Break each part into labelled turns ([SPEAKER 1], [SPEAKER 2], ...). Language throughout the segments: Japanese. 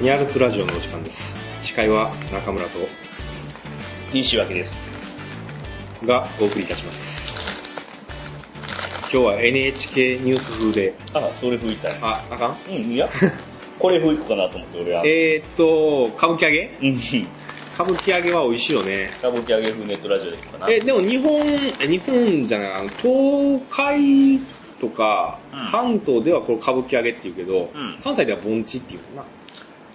[SPEAKER 1] ニアルスラジオのお時間です。司会は中村と
[SPEAKER 2] 西脇です。
[SPEAKER 1] がお送りいたします。今日は NHK ニュース風で、
[SPEAKER 2] あ、それ吹いたい。
[SPEAKER 1] あ、あ かん
[SPEAKER 2] うん、いや、これ吹くかなと思って、俺は。
[SPEAKER 1] えーっと、歌舞伎揚げ
[SPEAKER 2] うん、
[SPEAKER 1] 歌舞伎揚げは美味しいよね。
[SPEAKER 2] 歌舞伎揚げ風ネットラジオでいくかな。
[SPEAKER 1] え、でも日本、え日本じゃない、あの東海とか
[SPEAKER 2] うん
[SPEAKER 1] 関東ではこれ歌舞伎揚げって言うけど、
[SPEAKER 2] うん
[SPEAKER 1] 関西では盆地っていうのかな。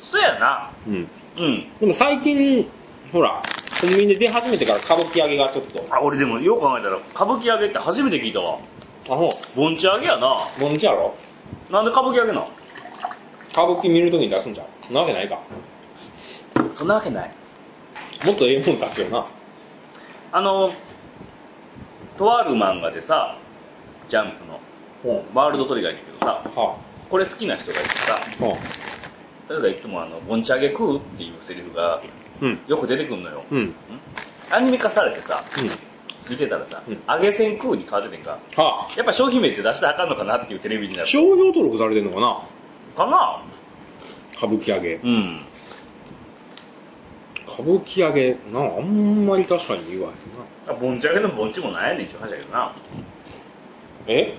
[SPEAKER 2] そうやな。
[SPEAKER 1] うん。
[SPEAKER 2] うん。
[SPEAKER 1] でも最近、ほら、コンビニで出始めてから歌舞伎揚げがちょっと、
[SPEAKER 2] あ、俺でもよく考えたら、歌舞伎揚げって初めて聞いたわ。
[SPEAKER 1] あほん、
[SPEAKER 2] 盆地揚げやな。
[SPEAKER 1] 盆地やろ
[SPEAKER 2] なんで歌舞伎揚げな
[SPEAKER 1] 歌舞伎見るときに出すんじゃん。そんなわけないか。
[SPEAKER 2] そんなわけない。
[SPEAKER 1] もっとええもん出すよな。
[SPEAKER 2] あの、とある漫画でさ、ジャンプの、
[SPEAKER 1] うん。
[SPEAKER 2] ワールドトリガーやねんけどさ、
[SPEAKER 1] は
[SPEAKER 2] これ好きな人がいてさ、
[SPEAKER 1] あ。
[SPEAKER 2] 例えばいつもあの、盆地揚げ食うっていうセリフが
[SPEAKER 1] うん。
[SPEAKER 2] よく出てくんのよ。
[SPEAKER 1] うん。うん。
[SPEAKER 2] アニメ化されてさ、
[SPEAKER 1] うん。
[SPEAKER 2] 見てたらさ、
[SPEAKER 1] うん
[SPEAKER 2] 揚げ線食うに変わっててんか。
[SPEAKER 1] は
[SPEAKER 2] やっぱ商品名って出したらあかんのかなっていうテレビにな
[SPEAKER 1] あ。
[SPEAKER 2] る。
[SPEAKER 1] 商標登録されてんのかな
[SPEAKER 2] かな
[SPEAKER 1] 歌舞伎揚げ。
[SPEAKER 2] うん。
[SPEAKER 1] 歌舞伎揚げ、なあ、あんまり確かに言わへんな。
[SPEAKER 2] 盆地揚げの盆地もないねんちゅう話やけどな。
[SPEAKER 1] え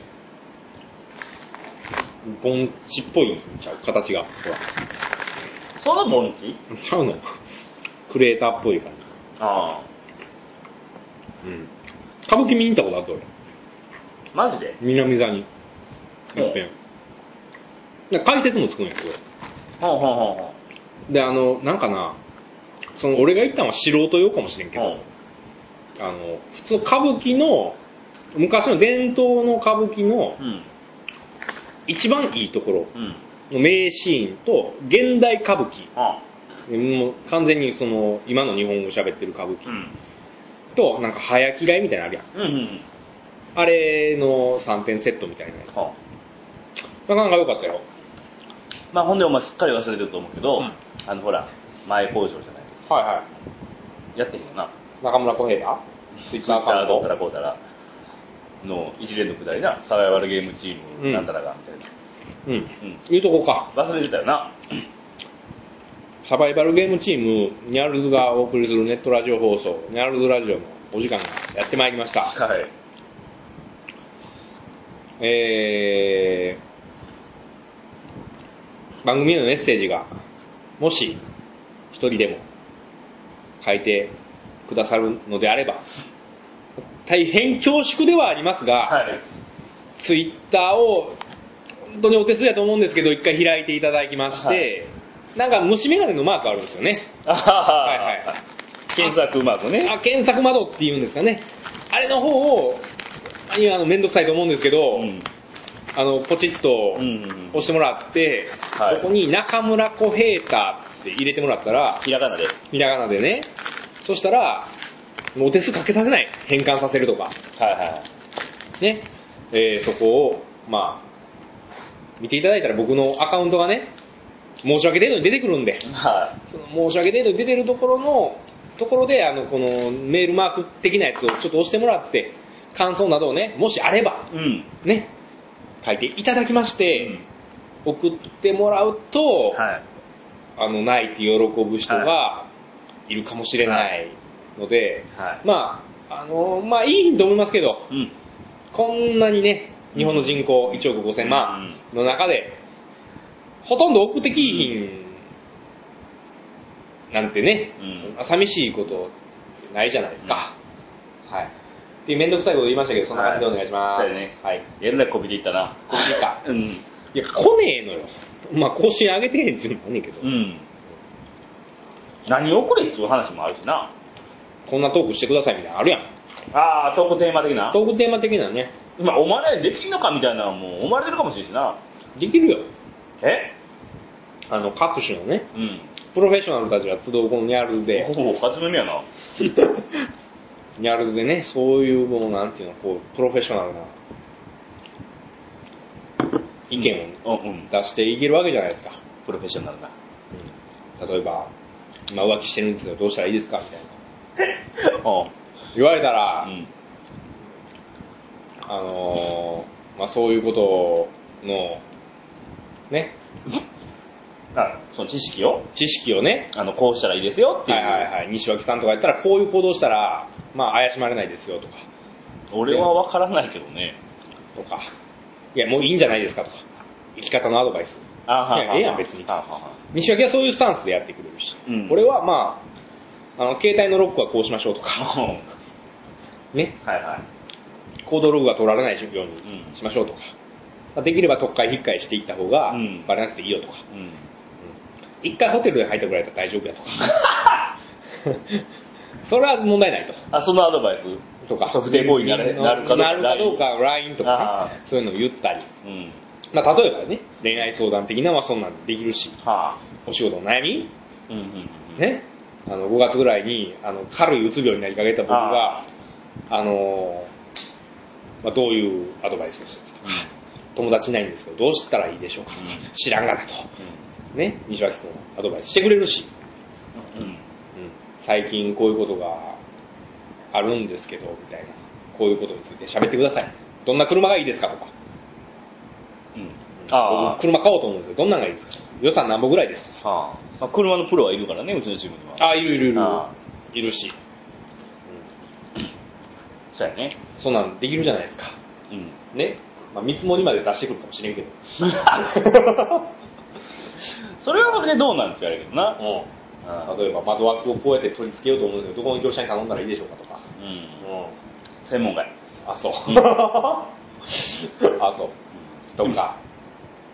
[SPEAKER 1] 盆地っぽいんちゃう形が。ほ
[SPEAKER 2] その盆地
[SPEAKER 1] ら。ちゃうのクレーターっぽい感
[SPEAKER 2] ああ。
[SPEAKER 1] じ。うん。歌舞伎見に行ったことあった俺。
[SPEAKER 2] マジで
[SPEAKER 1] 南座に。
[SPEAKER 2] うん
[SPEAKER 1] いっぺん。で解説もつくんやけど。
[SPEAKER 2] ほんほんほんほん。
[SPEAKER 1] で、あの、なんかな、その、俺が言ったのは素人用かもしれんけ
[SPEAKER 2] う
[SPEAKER 1] ど
[SPEAKER 2] ん、
[SPEAKER 1] あの、普通歌舞伎の、昔の伝統の歌舞伎の
[SPEAKER 2] うん。
[SPEAKER 1] 一番いいとこ
[SPEAKER 2] うん。
[SPEAKER 1] ろの名シーンと、現代歌舞伎、
[SPEAKER 2] あ
[SPEAKER 1] もう完全にその、今の日本語喋ってる歌舞
[SPEAKER 2] う
[SPEAKER 1] 伎
[SPEAKER 2] ん。
[SPEAKER 1] と、なんか早着替えみたいなのあるやん。
[SPEAKER 2] うんうん。
[SPEAKER 1] あれの3点セットみたいなやつ。
[SPEAKER 2] ほん。
[SPEAKER 1] なかなか良かったよ。
[SPEAKER 2] まあほんでお前すっかり忘れてると思うけど、
[SPEAKER 1] うん
[SPEAKER 2] あのほら、前工場じゃない
[SPEAKER 1] はいは
[SPEAKER 2] やってへんよな。
[SPEAKER 1] い。中村小平だツイッターアカウン
[SPEAKER 2] どうた
[SPEAKER 1] ト。
[SPEAKER 2] らこうたらの一連のくだりな、サバイバルゲームチー
[SPEAKER 1] う
[SPEAKER 2] ム
[SPEAKER 1] ん
[SPEAKER 2] なんたらがみたいな。
[SPEAKER 1] うん。
[SPEAKER 2] うん。
[SPEAKER 1] 言うとこうか。
[SPEAKER 2] 忘れてたよな。
[SPEAKER 1] サバイバルゲームチーム、ニャルズがお送りするネットラジオ放送、ニャルズラジオのお時間がやってまいりました。
[SPEAKER 2] はい。
[SPEAKER 1] えー、番組へのメッセージが、もし、一人でも、書いてくださるのであれば、大変恐縮ではありますが、
[SPEAKER 2] はい。
[SPEAKER 1] ツイッターを、本当にお手数やと思うんですけど、一回開いていただきまして、なんか虫眼鏡のマークあるんですよね。
[SPEAKER 2] あはい
[SPEAKER 1] はいはい
[SPEAKER 2] 検索うまくね。
[SPEAKER 1] あ検索窓って言うんですかね。あれの方を、あいやあの、めんどくさいと思うんですけど、
[SPEAKER 2] うん。
[SPEAKER 1] あの、ポチッと
[SPEAKER 2] うん。
[SPEAKER 1] 押してもらって、
[SPEAKER 2] はい
[SPEAKER 1] そこに中村小平太って入れてもらったら、
[SPEAKER 2] ひらがなで。
[SPEAKER 1] ひらがなでね、そしたら、もうお手数かけさせない。変換させるとか、
[SPEAKER 2] はいはい。
[SPEAKER 1] ね。えーそこを、まあ、見ていただいたら僕のアカウントがね、申し訳程度に出てくるんで、
[SPEAKER 2] は
[SPEAKER 1] その申し訳程度に出てるところの、ところで、あの、このメールマーク的なやつをちょっと押してもらって、感想などをね、もしあれば、
[SPEAKER 2] い。うん。
[SPEAKER 1] ね、書いていただきまして、送ってもらうと、
[SPEAKER 2] はい。
[SPEAKER 1] あの、泣いて喜ぶ人がいるかもしれないので、
[SPEAKER 2] はい。
[SPEAKER 1] まあ、あの、まあ、いいと思いますけど、
[SPEAKER 2] うん。
[SPEAKER 1] こんなにね、日本の人口1億5000万の中で、ほとんど奥的品なんてね、
[SPEAKER 2] うん
[SPEAKER 1] そんな寂しいことないじゃないですか。はい。っていうめんどくさいこと言いましたけど、そんな感じでお願いします。
[SPEAKER 2] はいそうやね
[SPEAKER 1] はい。
[SPEAKER 2] えらいこびていったな。
[SPEAKER 1] こっちか。
[SPEAKER 2] うん。
[SPEAKER 1] いや、来ねえのよ。まあ、更新上げてへんっていうのもあんねんけど、
[SPEAKER 2] うん。何遅れっつう話もあるしな。
[SPEAKER 1] こんなトークしてくださいみたいなのあるやん。
[SPEAKER 2] ああ、トークテーマ的な。
[SPEAKER 1] トークテーマ的なね、
[SPEAKER 2] まあ、お前らできんのかみたいなのも思われてるかもしれんしな。
[SPEAKER 1] できるよ。
[SPEAKER 2] え
[SPEAKER 1] あの、各種のね、
[SPEAKER 2] うん。
[SPEAKER 1] プロフェッショナルたちが集うこのニャールズで
[SPEAKER 2] ほ、ぼ初耳やな。
[SPEAKER 1] ニャールズでね、そういうもうなんていうの、こう、プロフェッショナルな意見
[SPEAKER 2] を。うんうん
[SPEAKER 1] を。出していけるわけじゃないですか。
[SPEAKER 2] プロフェッショナルな。
[SPEAKER 1] 例えば、今浮気してるんですよ、どうしたらいいですかみたいな。
[SPEAKER 2] う
[SPEAKER 1] 言われたら、
[SPEAKER 2] ん。
[SPEAKER 1] あのーまあそういうことの、ね、
[SPEAKER 2] あその知識を、
[SPEAKER 1] 知識をね、
[SPEAKER 2] あの、こうしたらいいですよってい
[SPEAKER 1] は
[SPEAKER 2] う。
[SPEAKER 1] いはいはい、西脇さんとかやったら、こういう行動したら、まあ、怪しまれないですよとか、
[SPEAKER 2] 俺はわからないけどね。
[SPEAKER 1] とか、いや、もういいんじゃないですかとか、生き方のアドバイス。
[SPEAKER 2] あはい
[SPEAKER 1] やええやん別に
[SPEAKER 2] あはは
[SPEAKER 1] 西脇はそういうスタンスでやってくれるし、
[SPEAKER 2] うん
[SPEAKER 1] 俺はまあ、あの、携帯のロックはこうしましょうとか、
[SPEAKER 2] は
[SPEAKER 1] ね、
[SPEAKER 2] いはい。
[SPEAKER 1] 行動ログが取られないよう
[SPEAKER 2] う
[SPEAKER 1] に
[SPEAKER 2] ん
[SPEAKER 1] しましょうとか、まあできれば特会引っかえしていった方が
[SPEAKER 2] うん、
[SPEAKER 1] バレなくていいよとか、
[SPEAKER 2] うん。
[SPEAKER 1] 一回ホテルで入ってこられたら大丈夫やと か、それは問題ないと。
[SPEAKER 2] あ、そのアドバイス
[SPEAKER 1] とか、
[SPEAKER 2] そう不貞行為になれなるかどうか
[SPEAKER 1] なるかどうか、LINE とか
[SPEAKER 2] あ
[SPEAKER 1] ね、そういうのを言ったり、
[SPEAKER 2] うん。
[SPEAKER 1] まあ、例えばね、恋愛相談的なのはそんなんできるし、
[SPEAKER 2] はあ。
[SPEAKER 1] お仕事の悩み、
[SPEAKER 2] うんうんうん。
[SPEAKER 1] ね、あの、5月ぐらいに、あの、軽いうつ病になりかけた僕が、あのーまあ、どういうアドバイスをするかとか、友達いないんですけど、どうしたらいいでしょうかとか
[SPEAKER 2] うん
[SPEAKER 1] 知らんがなと、
[SPEAKER 2] う
[SPEAKER 1] ね、西脇君アドバイスしてくれるし、
[SPEAKER 2] ん。うん。
[SPEAKER 1] うん最近こういうことがあるんですけど、みたいな、こういうことについて喋ってください。どんな車がいいですかとか、
[SPEAKER 2] うん。あ
[SPEAKER 1] 僕車買おうと思うんですけど、どんなのがいいですか予算何本ぐらいですとか
[SPEAKER 2] あ。はあ。まあ、車のプロはいるからね、うちのチームには。
[SPEAKER 1] ああ、いるいるいる
[SPEAKER 2] あ。
[SPEAKER 1] いるし。
[SPEAKER 2] そうやね。
[SPEAKER 1] そんなんできるじゃないですか。
[SPEAKER 2] うん。
[SPEAKER 1] ね。まあ、見積もりまで出してくるかもしれんけど。
[SPEAKER 2] それはそれでどうなんって言われるけど
[SPEAKER 1] う
[SPEAKER 2] な。
[SPEAKER 1] ん。 例えば窓枠をこうやって取り付けようと思うんですけど、どこの業者に頼んだらいいでしょうかとか。
[SPEAKER 2] うん
[SPEAKER 1] う。
[SPEAKER 2] 専門外。
[SPEAKER 1] ん。あ、そう。
[SPEAKER 2] うん
[SPEAKER 1] あ、そう。とか、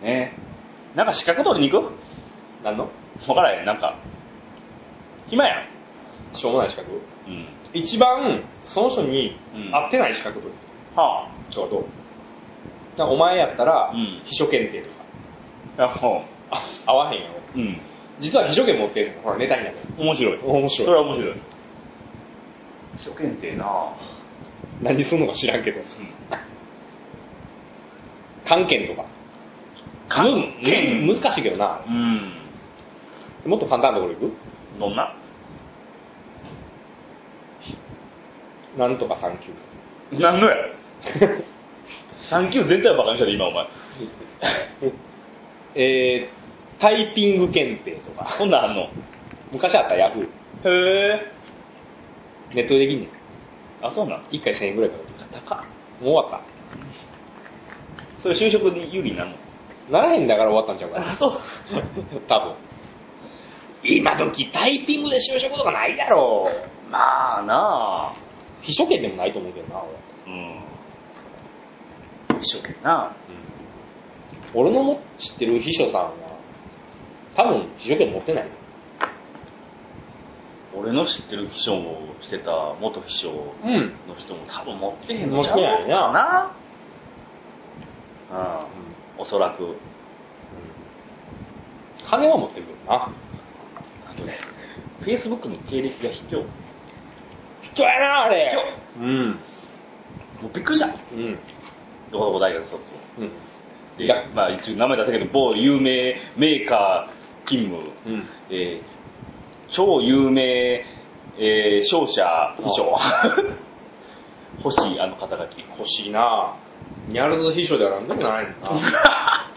[SPEAKER 2] ねなんか資格取りに行く
[SPEAKER 1] なんの
[SPEAKER 2] わからへん、なんか。暇やん。
[SPEAKER 1] しょうもない資格
[SPEAKER 2] うん。
[SPEAKER 1] 一番、その人に
[SPEAKER 2] うん
[SPEAKER 1] 合ってない資格分。
[SPEAKER 2] は
[SPEAKER 1] ちょうど。だからお前やったら
[SPEAKER 2] うん、
[SPEAKER 1] 秘書検定とか。
[SPEAKER 2] あ。あ、ほ
[SPEAKER 1] あ、合わへんよ。
[SPEAKER 2] う。うん。
[SPEAKER 1] 実は秘書権持ってるの。ほら、ネタになる。
[SPEAKER 2] 面白い。
[SPEAKER 1] 面白い
[SPEAKER 2] それは面白い。初見ってなぁ。
[SPEAKER 1] 何すんのか知らんけど。
[SPEAKER 2] うん。
[SPEAKER 1] 関係とか。
[SPEAKER 2] か
[SPEAKER 1] むむ難しいけどな。
[SPEAKER 2] うん。
[SPEAKER 1] もっと簡単なところ行
[SPEAKER 2] どんな
[SPEAKER 1] くなんとか3級。
[SPEAKER 2] 何のや ?3 級全体をバカにしたで、今お前。
[SPEAKER 1] えー、タイピング検定とか。
[SPEAKER 2] そんなんあんの
[SPEAKER 1] 昔あったヤフー。
[SPEAKER 2] へえ。
[SPEAKER 1] ネットでできんねん。
[SPEAKER 2] あ、そうなん
[SPEAKER 1] 1回1000円ぐらいかかる。
[SPEAKER 2] 高っ
[SPEAKER 1] もう終わっ
[SPEAKER 2] それ就職に有利になるの
[SPEAKER 1] た。ならへんだから終わったんちゃうかな。
[SPEAKER 2] そう。
[SPEAKER 1] 多分。今時タイピングで就職とかないだろう。
[SPEAKER 2] まあなぁ。
[SPEAKER 1] 秘書権でもないと思うけどな、俺。
[SPEAKER 2] うん。一生懸命な
[SPEAKER 1] 俺のも知ってる秘書さんは、多分秘書権持ってないよ。
[SPEAKER 2] 俺の知ってる秘書をしてた元秘書
[SPEAKER 1] うん。
[SPEAKER 2] の人も多分持ってへん
[SPEAKER 1] 持
[SPEAKER 2] の
[SPEAKER 1] っ
[SPEAKER 2] ち
[SPEAKER 1] て
[SPEAKER 2] ゃう
[SPEAKER 1] ないな。
[SPEAKER 2] かな。うん。おそらく。
[SPEAKER 1] 金は持ってるけどな。
[SPEAKER 2] あとね、Facebook の経歴が卑怯。も
[SPEAKER 1] 卑怯やな、あれうん。
[SPEAKER 2] うびっくりした。
[SPEAKER 1] うん。
[SPEAKER 2] どこどこ大学卒。
[SPEAKER 1] うん。
[SPEAKER 2] で
[SPEAKER 1] だ、
[SPEAKER 2] まあ一応名前出したけど、某有名メーカー勤務。
[SPEAKER 1] うん。
[SPEAKER 2] えー超有名、えー商社秘書。 欲しい、あの肩書き。
[SPEAKER 1] 欲しいなニャルズ秘書ではなんでもないもんな。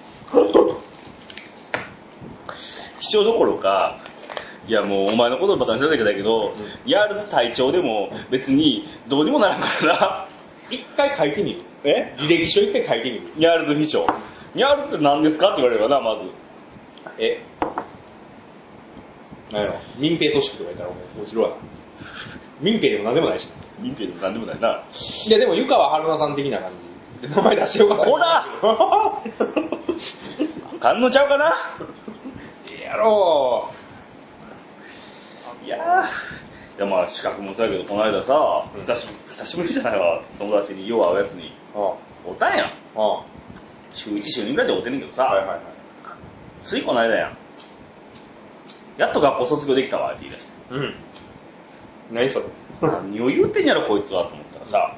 [SPEAKER 2] 秘書どころか、いやもうお前のことばかにしたわけじゃないけど、ヤールズ隊長でも別にどうにもならんから
[SPEAKER 1] 一回書いてみる。
[SPEAKER 2] な。え
[SPEAKER 1] 履歴書一回書いてみる。
[SPEAKER 2] ヤールズ秘書。ヤールズって何ですかって言われればな、まず。
[SPEAKER 1] えなんやろ民兵組織とかいたらもう落ちる わな。民兵でもなんでもないし。
[SPEAKER 2] 民兵でも何でもないな。
[SPEAKER 1] いやでも湯川春菜さん的な感じ。名前出してよかった。
[SPEAKER 2] ほらあかんのちゃうかな
[SPEAKER 1] ええやろ
[SPEAKER 2] いやー。いやまあ資格もそうやけど、この間さ、
[SPEAKER 1] うん
[SPEAKER 2] 久しぶり久しぶりじゃないわ、友達に、よう会うやつに、
[SPEAKER 1] あ
[SPEAKER 2] おったんやん。
[SPEAKER 1] あ。ああ。
[SPEAKER 2] 週1、週2ぐらいで会うてんねんけどさ、
[SPEAKER 1] はいはいはい。
[SPEAKER 2] ついこの間やん。やっと学校卒業できたわって言い出して。
[SPEAKER 1] うん。何それ
[SPEAKER 2] 何を言うてんやろこいつはと思ったらさ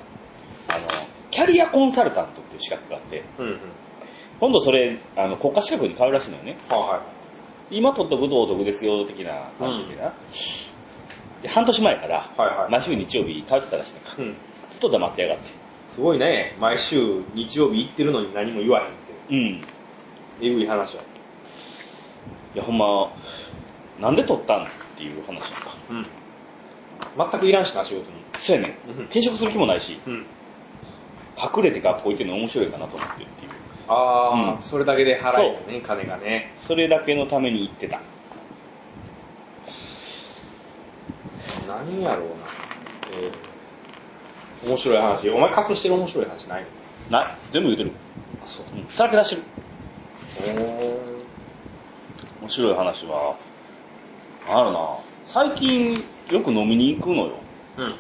[SPEAKER 2] あのキャリアコンサルタントっていう資格があって
[SPEAKER 1] うんうん。
[SPEAKER 2] 今度それあの国家資格に変わるらしいのよね
[SPEAKER 1] あはい。
[SPEAKER 2] 今取っとくとお得ですよ的な感じでな、で半年前から、
[SPEAKER 1] はいはい
[SPEAKER 2] 毎週日曜日食べてたらしいのか
[SPEAKER 1] うん。
[SPEAKER 2] ずっと黙ってやがって
[SPEAKER 1] すごいね。毎週日曜日行ってるのに何も言わへんって。
[SPEAKER 2] うん
[SPEAKER 1] えぐい話は。
[SPEAKER 2] いや、ほんま、なんで取ったんっていう話やんか。
[SPEAKER 1] うん。全くいらんしな、仕事に。
[SPEAKER 2] そうやね
[SPEAKER 1] うん
[SPEAKER 2] ん。転職する気もないし、
[SPEAKER 1] うん。
[SPEAKER 2] 隠れて学校行ってるの面白いかなと思ってるっていう。
[SPEAKER 1] ああ、
[SPEAKER 2] うん
[SPEAKER 1] それだけで払えるね、金がね。
[SPEAKER 2] それだけのために行ってた。
[SPEAKER 1] 何やろうな。えー面白い話。お前隠してる面白い話ないの
[SPEAKER 2] な、全部言うてる。
[SPEAKER 1] あ、そう。
[SPEAKER 2] うん。さらけ出してる。
[SPEAKER 1] お
[SPEAKER 2] 面白い話は、あるな。最近、よく飲みに行くのよ。
[SPEAKER 1] うん。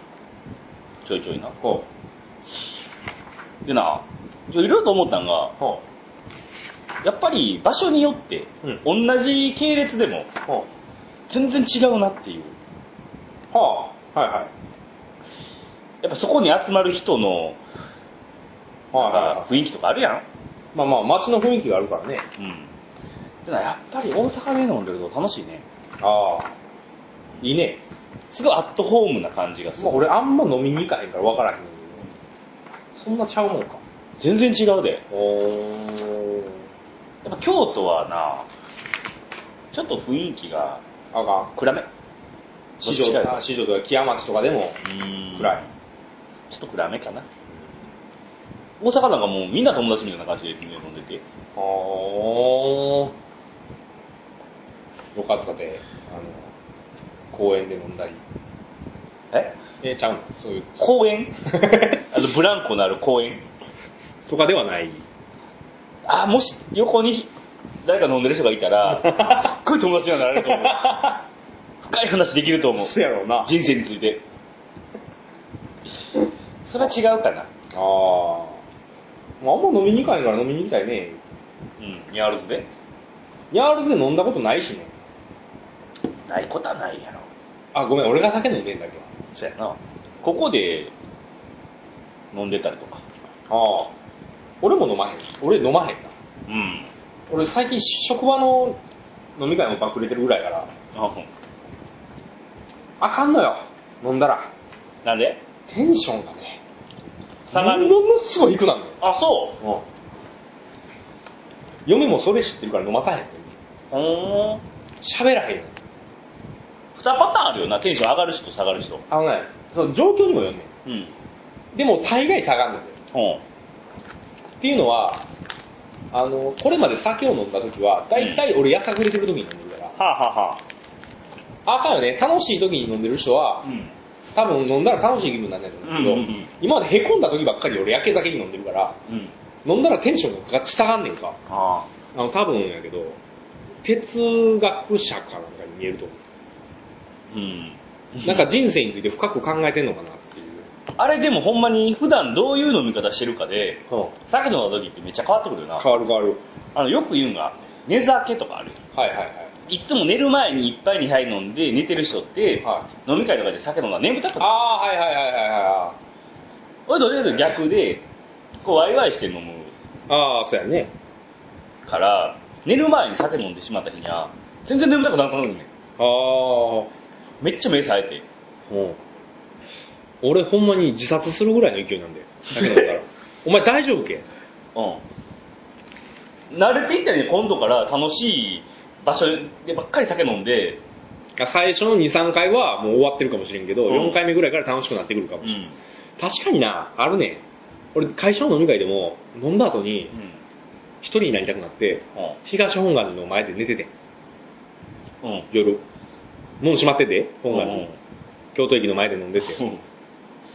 [SPEAKER 2] ちょいちょいな。
[SPEAKER 1] ほ
[SPEAKER 2] でな、いろいろと思ったんが
[SPEAKER 1] う。、ほ
[SPEAKER 2] やっぱり場所によって、同じ系列でも
[SPEAKER 1] う。ほ
[SPEAKER 2] 全然違うなっていう。
[SPEAKER 1] う。はあ。はいはい。
[SPEAKER 2] やっぱそこに集まる人の
[SPEAKER 1] はいはいはい。
[SPEAKER 2] 雰囲気とかあるやん。
[SPEAKER 1] まあまあ、街の雰囲気があるからね。
[SPEAKER 2] うん。でな、やっぱり大阪で飲んでると楽しいね。
[SPEAKER 1] ああ。いいね。
[SPEAKER 2] すごいアットホームな感じがす
[SPEAKER 1] まあ、
[SPEAKER 2] る。
[SPEAKER 1] 俺あんま飲みに行かへんから分からへんねんけど。そんなちゃうもんか。
[SPEAKER 2] 全然違うで。
[SPEAKER 1] おー。
[SPEAKER 2] やっぱ京都はな、ちょっと雰囲気が
[SPEAKER 1] あかん。
[SPEAKER 2] 暗め。
[SPEAKER 1] 市
[SPEAKER 2] どっちかや
[SPEAKER 1] 場、
[SPEAKER 2] と
[SPEAKER 1] あ市場とか木屋町とかでも
[SPEAKER 2] うん
[SPEAKER 1] 暗い。
[SPEAKER 2] ちょっと暗めかな。大阪なんかもうみんな友達みたいな感じでみんな飲んでて。
[SPEAKER 1] おー。よかったで、あの、公園で飲んだり。
[SPEAKER 2] え
[SPEAKER 1] え、ちゃうのそう いう。
[SPEAKER 2] 公園 あの、ブランコのある公園。
[SPEAKER 1] とかではない。
[SPEAKER 2] あ、もし横に誰か飲んでる人がいた ら、すっごい友達になれると思 う。深い話できると思う。
[SPEAKER 1] そうやろうな。あ
[SPEAKER 2] 人生について。それは違うかな。
[SPEAKER 1] ー。まああんま飲みに行かへんから飲みに行きたいね。
[SPEAKER 2] うん、ニャールズで。
[SPEAKER 1] ヤールズで飲んだことないしね。
[SPEAKER 2] ないことはないやろ。
[SPEAKER 1] あ、ごめん、俺が酒飲んでんだけど。
[SPEAKER 2] そうやな。ここで飲んでたりとか。
[SPEAKER 1] ああ。俺も飲まへん。俺飲まへんな。
[SPEAKER 2] うん。
[SPEAKER 1] 俺最近職場の飲み会もバックれてるぐらいやから、
[SPEAKER 2] あうん
[SPEAKER 1] あかんのよ。飲んだら。
[SPEAKER 2] なんで
[SPEAKER 1] テンションがね、
[SPEAKER 2] 下がる
[SPEAKER 1] ものすごい低なんだよ。
[SPEAKER 2] あ、そう。
[SPEAKER 1] うん嫁もそれ知ってるから飲まさへんねん。
[SPEAKER 2] ほーん。
[SPEAKER 1] 喋らへんねん。
[SPEAKER 2] 2パターンあるよな。テンション上がる人、下がる人。
[SPEAKER 1] あのね、その状況にもよんね
[SPEAKER 2] うん。
[SPEAKER 1] ん。でも大概下がんねんだよ。
[SPEAKER 2] ほ
[SPEAKER 1] っていうのは、あの、これまで酒を飲んだ時は、大体俺やさぐれてる時に飲んでるから、
[SPEAKER 2] う。はあ、はあは
[SPEAKER 1] あかんよね。楽しい時に飲んでる人
[SPEAKER 2] あ、
[SPEAKER 1] は
[SPEAKER 2] う、ん。
[SPEAKER 1] 多分飲んだら楽しい気分にならないと思うけど、
[SPEAKER 2] うんうんうん
[SPEAKER 1] 今までへこんだ時ばっかり俺やけ酒に飲んでるから、
[SPEAKER 2] うん。
[SPEAKER 1] 飲んだらテンションがガチ下がんねんか。
[SPEAKER 2] あ
[SPEAKER 1] あの、多分やけど、哲学者かなんかに見えると思
[SPEAKER 2] あ。うん。
[SPEAKER 1] う。なんか人生について深く考えてんのかなっていう。
[SPEAKER 2] あれでもほんまに普段どういう飲み方してるかで、
[SPEAKER 1] うん
[SPEAKER 2] 酒飲んだ時ってめっちゃ変わってくるよな。
[SPEAKER 1] 変わる変わる。
[SPEAKER 2] あの、よく言うんが、寝酒とかあるよ。
[SPEAKER 1] はいはいはい。
[SPEAKER 2] いつも寝る前に一杯二杯飲んで寝てる人って、
[SPEAKER 1] は
[SPEAKER 2] 飲み会とかで酒飲んだら眠たくなる。
[SPEAKER 1] ああー、はいはいはいはいは
[SPEAKER 2] 俺どれかというと逆で、こうワイワイして飲む
[SPEAKER 1] い。ああ、そうやね。
[SPEAKER 2] から、寝る前に酒飲んでしまった日には、全然眠たくなくなるね。
[SPEAKER 1] ああ。
[SPEAKER 2] めっちゃ目冴えて。
[SPEAKER 1] うん。俺ほんまに自殺するぐらいの勢いなんだよ。酒飲んだ ら。お前大丈夫け
[SPEAKER 2] うん。慣れていったらね、今度から楽しい場所でばっかり酒飲んで、
[SPEAKER 1] 最初の2、3回はもう終わってるかもしれんけど、
[SPEAKER 2] うん
[SPEAKER 1] 4回目ぐらいから楽しくなってくるか
[SPEAKER 2] う
[SPEAKER 1] もしれん。
[SPEAKER 2] ん。
[SPEAKER 1] 確かにな、あるね。俺、会社の飲み会でも、飲んだ後に
[SPEAKER 2] うん。
[SPEAKER 1] 一人になりたくなって、東本願寺の前で寝ててん。
[SPEAKER 2] うん。うん。
[SPEAKER 1] 夜。門閉まってて、本願
[SPEAKER 2] う
[SPEAKER 1] 寺、
[SPEAKER 2] ん
[SPEAKER 1] 京都駅の前で飲んでて、
[SPEAKER 2] うん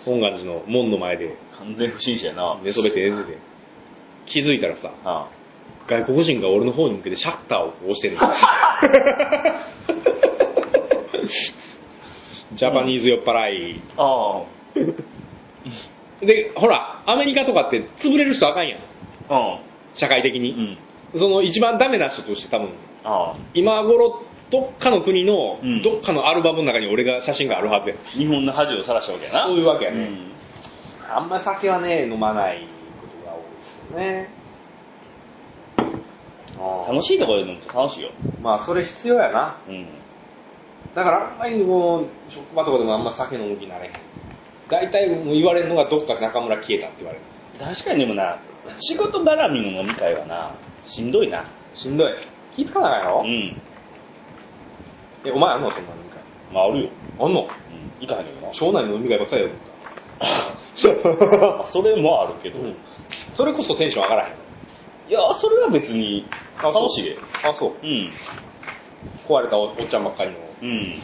[SPEAKER 1] 本願寺の門の前で
[SPEAKER 2] 完全不審者やな。
[SPEAKER 1] 寝そべって寝てて。気づいたらさ、
[SPEAKER 2] ああ
[SPEAKER 1] 外国人が俺の方に向けてシャッターを押 してるん だよジャパニーズ酔っ払い。
[SPEAKER 2] あ
[SPEAKER 1] で、ほら、アメリカとかって潰れる人あかんやん。
[SPEAKER 2] あ。
[SPEAKER 1] 社会的
[SPEAKER 2] うん。う
[SPEAKER 1] に。
[SPEAKER 2] ん。
[SPEAKER 1] その一番ダメな人として多分、
[SPEAKER 2] ああ。
[SPEAKER 1] 今頃、どっかの国の
[SPEAKER 2] う、ん
[SPEAKER 1] どっかのアルバムの中に俺が写真があるはずや。
[SPEAKER 2] 日本の恥をさらしたわけやな。
[SPEAKER 1] そういうわけや
[SPEAKER 2] う
[SPEAKER 1] ね。
[SPEAKER 2] ん。
[SPEAKER 1] あんまり酒はね、飲まないことが多いですよね。
[SPEAKER 2] 楽しいところで飲むと楽しいよ。
[SPEAKER 1] まあ、それ必要やな。
[SPEAKER 2] うん。
[SPEAKER 1] だからあんまりこう、職場とかでもあんま酒飲む気になれへん。大体もう言われるのがどっか中村消えたって言われる。
[SPEAKER 2] 確かにでもな、仕事絡みの飲み会はな、しんどいな。
[SPEAKER 1] しんどい。気ぃつかないや
[SPEAKER 2] う
[SPEAKER 1] ろ、
[SPEAKER 2] ん。
[SPEAKER 1] え、お前あんのそんな飲み会。
[SPEAKER 2] まあ、あるよ。
[SPEAKER 1] あんの
[SPEAKER 2] うん。行かへんけどな。
[SPEAKER 1] 省内の飲み会ばっかりやと
[SPEAKER 2] まあそれもあるけど。
[SPEAKER 1] 思った。それこそテンション上がらへん。
[SPEAKER 2] いや、それは別に、
[SPEAKER 1] あそう
[SPEAKER 2] 楽しいで。
[SPEAKER 1] あ、そう。
[SPEAKER 2] うん。
[SPEAKER 1] 壊れたおおっちゃんばっかりの。
[SPEAKER 2] うん。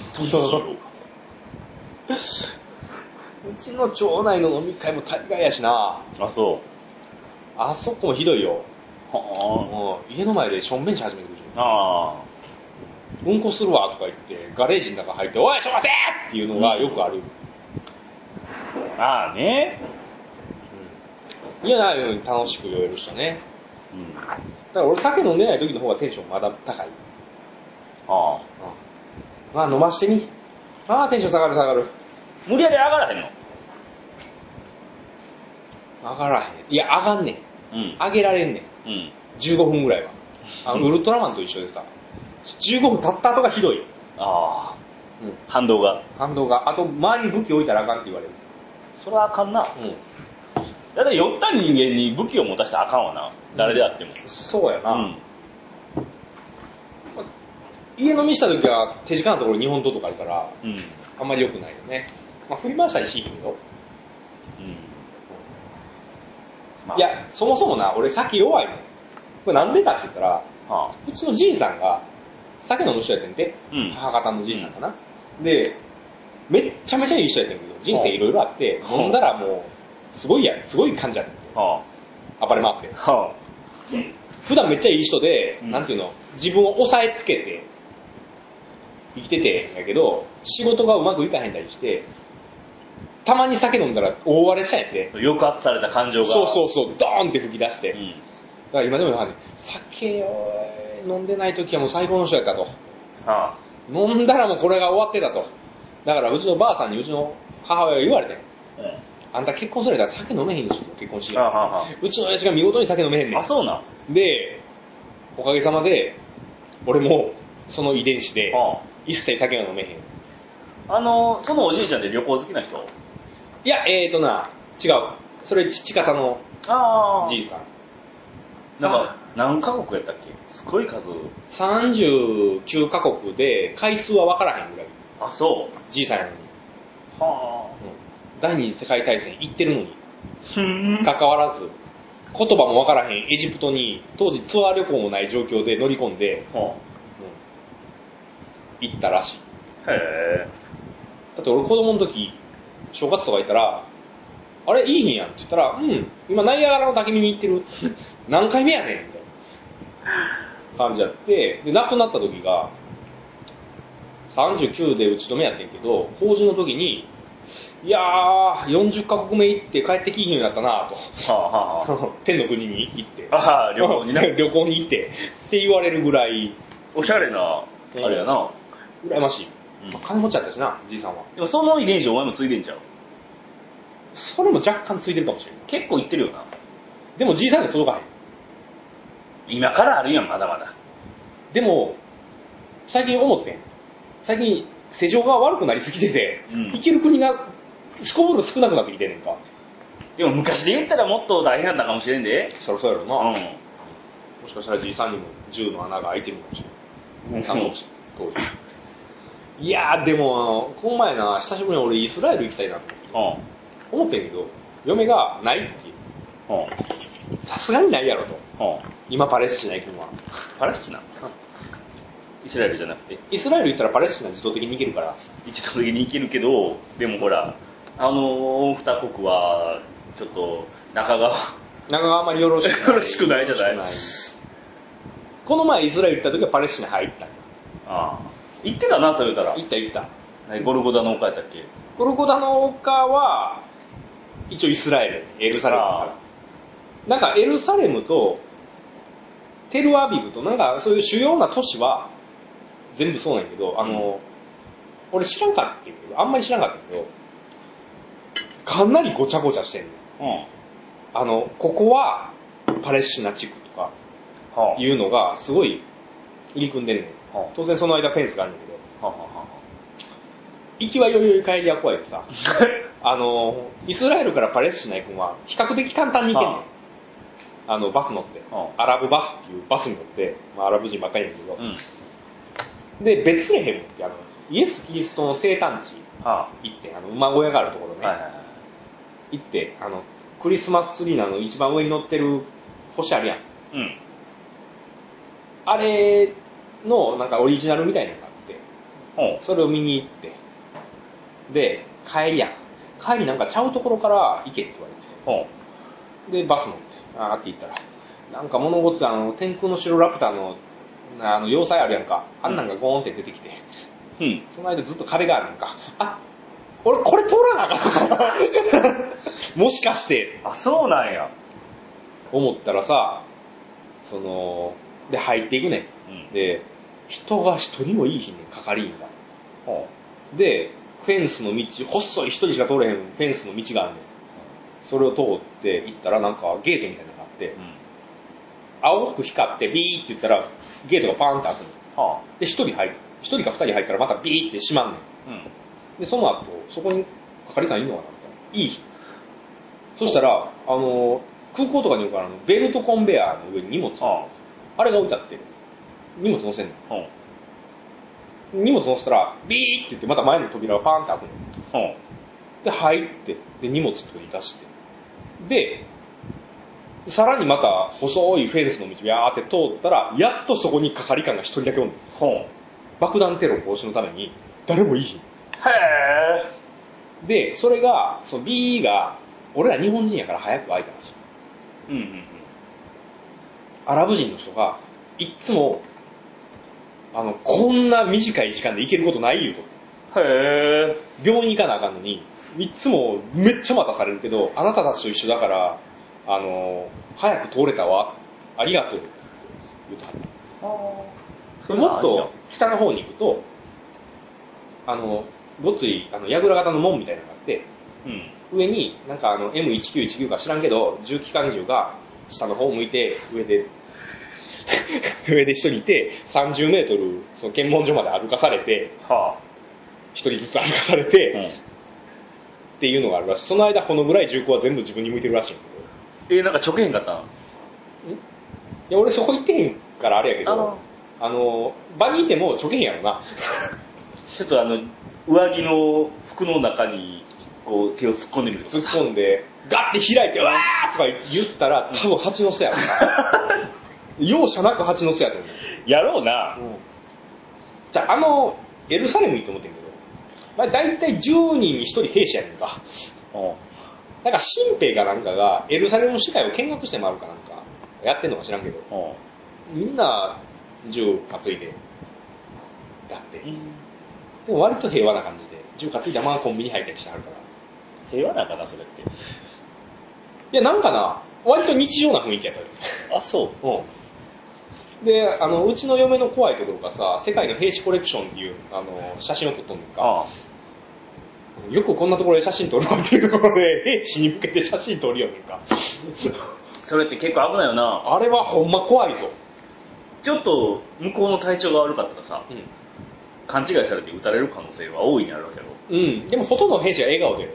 [SPEAKER 1] うちの町内の飲み会も大概やしな。
[SPEAKER 2] あ、そ
[SPEAKER 1] あそこもひどいよ。
[SPEAKER 2] う。は
[SPEAKER 1] もう家の前でしょんべんし始めてくるじ
[SPEAKER 2] あ。ああ。
[SPEAKER 1] ゃん。うんこするわとか言って、ガレージの中入って、おい、ちょっと待てっていうのがよくある。
[SPEAKER 2] ああね。
[SPEAKER 1] うん。嫌なように楽しく酔える人ね。
[SPEAKER 2] うん。
[SPEAKER 1] だから俺酒飲んでない時の方がテンションまだ高い。
[SPEAKER 2] ああ。
[SPEAKER 1] まあ飲ましてみ。まあテンション下がる下がる。
[SPEAKER 2] 無理やり上がらへんの。
[SPEAKER 1] 上がらへん。いや、上がんねん。
[SPEAKER 2] うん。
[SPEAKER 1] 上げられんねん。
[SPEAKER 2] うん。
[SPEAKER 1] 15分ぐらいは。あの、
[SPEAKER 2] うん
[SPEAKER 1] ウルトラマンと一緒でさ、15分経った後がひどい。
[SPEAKER 2] ああ。反動が。
[SPEAKER 1] 反動が。あと、周りに武器置いたらあかんって言われる。
[SPEAKER 2] それはあかんな。だって酔った人間に武器を持たしてあかんわな。誰であっても。
[SPEAKER 1] そうやな、
[SPEAKER 2] うん。
[SPEAKER 1] 家飲みした時は手近なところに日本刀とかあるから、
[SPEAKER 2] うん。うん。
[SPEAKER 1] あんまり良くないよね。まあ、振り回したりしいけど。
[SPEAKER 2] まあ
[SPEAKER 1] い、や、そもそもな、俺酒弱いねん。これなんでかって言ったら、
[SPEAKER 2] ああ。
[SPEAKER 1] うちのじいさんが、酒飲む人やってんて。
[SPEAKER 2] うん
[SPEAKER 1] 母方のじいさんかな。で、めっちゃめちゃいい人やってんけど、人生いろいろあって、
[SPEAKER 2] はあ
[SPEAKER 1] 飲んだらもう、すごいやん、すごい感じやってん。
[SPEAKER 2] は
[SPEAKER 1] 暴れ回って
[SPEAKER 2] あ。。は
[SPEAKER 1] 普段めっちゃいい人で、
[SPEAKER 2] うん
[SPEAKER 1] なんていうの、自分を抑えつけて、生きててんやけど、仕事がうまくいかへんだりして、たまに酒飲んだら大荒れしたんやって。
[SPEAKER 2] あ。抑圧された感情
[SPEAKER 1] そう
[SPEAKER 2] が。
[SPEAKER 1] そうそう、ドーンって吹き出して。
[SPEAKER 2] う
[SPEAKER 1] だから
[SPEAKER 2] ん。
[SPEAKER 1] 今でも言わはんねん酒を飲んでない時はもう最高の人やったと。
[SPEAKER 2] はあ。
[SPEAKER 1] 飲んだらもうこれが終わってたと。だからうちのばあさんにうちの母親が言われてん。
[SPEAKER 2] うん。
[SPEAKER 1] あんた結婚するんだったら酒飲めへんでしょ、結婚し
[SPEAKER 2] はあ
[SPEAKER 1] よ
[SPEAKER 2] はあは
[SPEAKER 1] う。うちの親父が見事に酒飲めへんね
[SPEAKER 2] あ。あ、
[SPEAKER 1] ん。
[SPEAKER 2] そうなん。
[SPEAKER 1] で、おかげさまで、俺もその遺伝子で、
[SPEAKER 2] はあ。
[SPEAKER 1] 一切酒が飲めへん。
[SPEAKER 2] あの、そのおじいちゃんって旅行好きな人
[SPEAKER 1] いや、えーとな、違う。それ父方の
[SPEAKER 2] あ
[SPEAKER 1] じいさん。
[SPEAKER 2] なんか、何カ国やったっけすごい数。
[SPEAKER 1] 39カ国で回数は分からへんぐらい。
[SPEAKER 2] あ、そ
[SPEAKER 1] じいさんやのに。
[SPEAKER 2] う。は
[SPEAKER 1] う
[SPEAKER 2] あ。
[SPEAKER 1] ん第二次世界大戦行ってるのに、
[SPEAKER 2] ふん。
[SPEAKER 1] 関わらず、言葉も分からへんエジプトに、当時ツアー旅行もない状況で乗り込んで、
[SPEAKER 2] は
[SPEAKER 1] うん行ったらしい。
[SPEAKER 2] あへえ。
[SPEAKER 1] だって俺子供の時、正月とか行ったら、あれ、いい日やんって言ったら、うん、今ナイアガラの滝見に行ってる。 何回目やねんみたいな感じやって、で、亡くなった時が、39で打ち止めやってんけど、法事の時に、いやー、40カ国目行って帰ってきひんようになったな
[SPEAKER 2] はあはあは
[SPEAKER 1] と。 天の国に行って。
[SPEAKER 2] あ。ああ、旅行にな。
[SPEAKER 1] 旅行に行って。って言われるぐらい、
[SPEAKER 2] おしゃれな、あれやな。
[SPEAKER 1] 羨ましい。
[SPEAKER 2] うん
[SPEAKER 1] まあ金持ちやったしな、じいさんは。
[SPEAKER 2] でもその遺伝子お前もついてんじゃん。
[SPEAKER 1] それも若干ついてるかもしれない。
[SPEAKER 2] 結構いってるよな。
[SPEAKER 1] でもじいさんには届かへん。
[SPEAKER 2] 今からあるやん、まだまだ。
[SPEAKER 1] でも、最近思ってん。最近、世情が悪くなりすぎてて、
[SPEAKER 2] うん
[SPEAKER 1] 行ける国が、すこぶる少なくなってきてんねんか。
[SPEAKER 2] でも昔で言ったらもっと大変だったかもしれんで。
[SPEAKER 1] そろそろやろ
[SPEAKER 2] う
[SPEAKER 1] な、もしかしたらじいさんにも銃の穴が開いてるかもし
[SPEAKER 2] ん。
[SPEAKER 1] れない。あの当時。いやー、でも、この前な、久しぶりに俺イスラエル行きたいなと
[SPEAKER 2] う
[SPEAKER 1] 思ってんけど、嫁がないっていう。
[SPEAKER 2] ん。うん。うん。
[SPEAKER 1] さすがにないやろと。
[SPEAKER 2] うん。
[SPEAKER 1] 今パレスチナ行くのは。
[SPEAKER 2] パレスチナイスラエルじゃなくて。
[SPEAKER 1] イスラエル行ったらパレスチナ自動的に行けるから。
[SPEAKER 2] 一度的に行けるけど、でもほら、あの二国は、ちょっと、仲が、
[SPEAKER 1] なんかあんまりよろしくない。
[SPEAKER 2] よろしくないじゃない
[SPEAKER 1] よろしくないこの前イスラエル行った時はパレスチナ入ったんよ
[SPEAKER 2] ああ行ってたな、それ言ったら
[SPEAKER 1] 行。った行った。
[SPEAKER 2] 何ゴルゴダの丘やったっけ
[SPEAKER 1] ゴルゴダの丘は、一応イスラエル、エルサレム
[SPEAKER 2] ああ
[SPEAKER 1] なんかエルサレムと、テルアビブと、なんかそういう主要な都市は、全部そうなんやけど、あの、俺知らんかったんやけど、あんまり知らんかったんやけど、かなりごちゃごちゃしてんの。
[SPEAKER 2] うん。
[SPEAKER 1] あの、ここは、パレスチナ地区とか、
[SPEAKER 2] はあ
[SPEAKER 1] いうのが、すごい、入り組んでんねん。
[SPEAKER 2] は
[SPEAKER 1] 当然その間フェンスがあるんだけど、
[SPEAKER 2] あはあはあは
[SPEAKER 1] 行きは余裕帰りは怖いで さ、あの、イスラエルからパレスチナ行くのは比較的簡単に行けんねん
[SPEAKER 2] は。
[SPEAKER 1] あの、バス乗って、
[SPEAKER 2] は
[SPEAKER 1] アラブバスっていうバスに乗って、まあ、アラブ人ばっかりやねんだけど、
[SPEAKER 2] あうん。
[SPEAKER 1] で、ベツレヘムってあの、イエス・キリストの生誕地
[SPEAKER 2] は
[SPEAKER 1] 行って、あの、馬小屋があるところ
[SPEAKER 2] あ、
[SPEAKER 1] ね、
[SPEAKER 2] はいはいはい。
[SPEAKER 1] 行って、あの、クリスマスツリーのあの一番上に乗ってる星あるやん。
[SPEAKER 2] うん。
[SPEAKER 1] あれの、なんかオリジナルみたいなのがあって、
[SPEAKER 2] ほ
[SPEAKER 1] それを見に行って、で、帰りやん。帰りなんかちゃうところから行けって言われて。
[SPEAKER 2] う。ほ
[SPEAKER 1] で、バス乗って、あーって行ったら、なんか物事、あの、天空の城ラピュタの、あの、要塞あるやんか。あんなんがゴーンって出てきて、
[SPEAKER 2] う。うん。
[SPEAKER 1] その間ずっと壁があるやんか。あ、俺これ通らなあかん もしかして、
[SPEAKER 2] あ、そうなんや。
[SPEAKER 1] 思ったらさ、その、で、入っていくね
[SPEAKER 2] うん
[SPEAKER 1] ん。。で、人が一人もいい日に係員が。
[SPEAKER 2] ほ
[SPEAKER 1] で、フェンスの道、細い一人しか通れへんフェンスの道があるねん。それを通って行ったらなんかゲートみたいなのがあって、
[SPEAKER 2] う。うん。
[SPEAKER 1] 青く光ってビーって言ったら、ゲートがパーンって開くの。
[SPEAKER 2] は
[SPEAKER 1] で、一人入る。一人か二人入ったらまたビーって閉まんね
[SPEAKER 2] あ。うん。
[SPEAKER 1] ん。で、その後、そこに係官いんのかなみたいな。いい。そしたら、あの、空港とかによくあるあのベルトコンベアの上に荷物
[SPEAKER 2] は
[SPEAKER 1] あれが置いてあって、荷物乗せんの。
[SPEAKER 2] あ。ほう。
[SPEAKER 1] 荷物乗せたら、ビーって言ってまた前の扉がパーンって開くの。
[SPEAKER 2] ほう。
[SPEAKER 1] で、入って、で、荷物取り出して。で、さらにまた細いフェンスの道をやーって通ったら、やっとそこに係官が一人だけおんの。
[SPEAKER 2] ほう。へ
[SPEAKER 1] 爆弾テロ防止のために、誰もいい日。
[SPEAKER 2] え。
[SPEAKER 1] で、それが、その B が、俺ら日本人やから早く開いたらしい。
[SPEAKER 2] うんうんうん。
[SPEAKER 1] アラブ人の人が、いっつも、あの、こんな短い時間で行けることないよと。
[SPEAKER 2] へえ。
[SPEAKER 1] 病院行かなあかんのに、いっつもめっちゃ待たされるけど、あなたたちと一緒だから、あの、早く通れたわ。ありがとう。言うてはった
[SPEAKER 2] それ
[SPEAKER 1] もっと北の方に行くと、あの、ごつい、あの、櫓型の門みたいなのがあって、
[SPEAKER 2] うん。
[SPEAKER 1] 上に、なんかあの、M1919 か知らんけど、重機関銃が下の方向いて、上で、 上で一人いて、30メートル、その検問所まで歩かされて、
[SPEAKER 2] は
[SPEAKER 1] 一人ずつ歩かされ
[SPEAKER 2] あ。
[SPEAKER 1] て、
[SPEAKER 2] うん。
[SPEAKER 1] っていうのがあるらしい。その間、このぐらい銃口は全部自分に向いてるらしいんだ
[SPEAKER 2] えー、なんかちょけへんかったん
[SPEAKER 1] けど。んいや、俺そこ行ってへんからあれやけど、
[SPEAKER 2] あ
[SPEAKER 1] あ
[SPEAKER 2] の
[SPEAKER 1] の、場にいてもちょけへんやろな。
[SPEAKER 2] ちょっとあの、上着の服の中に、こう、手を突っ込んでみる
[SPEAKER 1] 突
[SPEAKER 2] と
[SPEAKER 1] っ
[SPEAKER 2] か。
[SPEAKER 1] 込んで、ガッて開いて、わーとか言ったら、多分蜂の巣やろ な。容赦なく蜂の巣やと思
[SPEAKER 2] やろうな。
[SPEAKER 1] う。じゃあ、あの、エルサレムいいと思ってんけど、まあ、大体10人に1人兵士やねんか。
[SPEAKER 2] うん。
[SPEAKER 1] だから、新兵かなんかが、エルサレムの世界を見学して回るかなんか、やってんのか知らんけど、
[SPEAKER 2] うん。
[SPEAKER 1] みんな銃担いで、だって。
[SPEAKER 2] うん
[SPEAKER 1] でも割と平和な感じで、銃担いだままコンビニ入ったりしてはるから。
[SPEAKER 2] 平和なんかな、それって。
[SPEAKER 1] いや、なんかな、割と日常な雰囲気やったよ。
[SPEAKER 2] あ、そう。
[SPEAKER 1] うん。で、あの、うちの嫁の怖いところがさ、世界の兵士コレクションっていう、あの、写真を撮っとんねんか。
[SPEAKER 2] ああ。
[SPEAKER 1] よくこんなところで写真撮るわっていうところで、兵 士に向けて写真撮るよねんか。
[SPEAKER 2] それって結構危ないよな。
[SPEAKER 1] あれはほんま怖いぞ。
[SPEAKER 2] ちょっと、向こうの体調が悪かったらさ、
[SPEAKER 1] うん。
[SPEAKER 2] 勘違いされて撃たれる可能性は大いにあるわけよ。
[SPEAKER 1] うん。でもほとんどの兵士は笑顔で。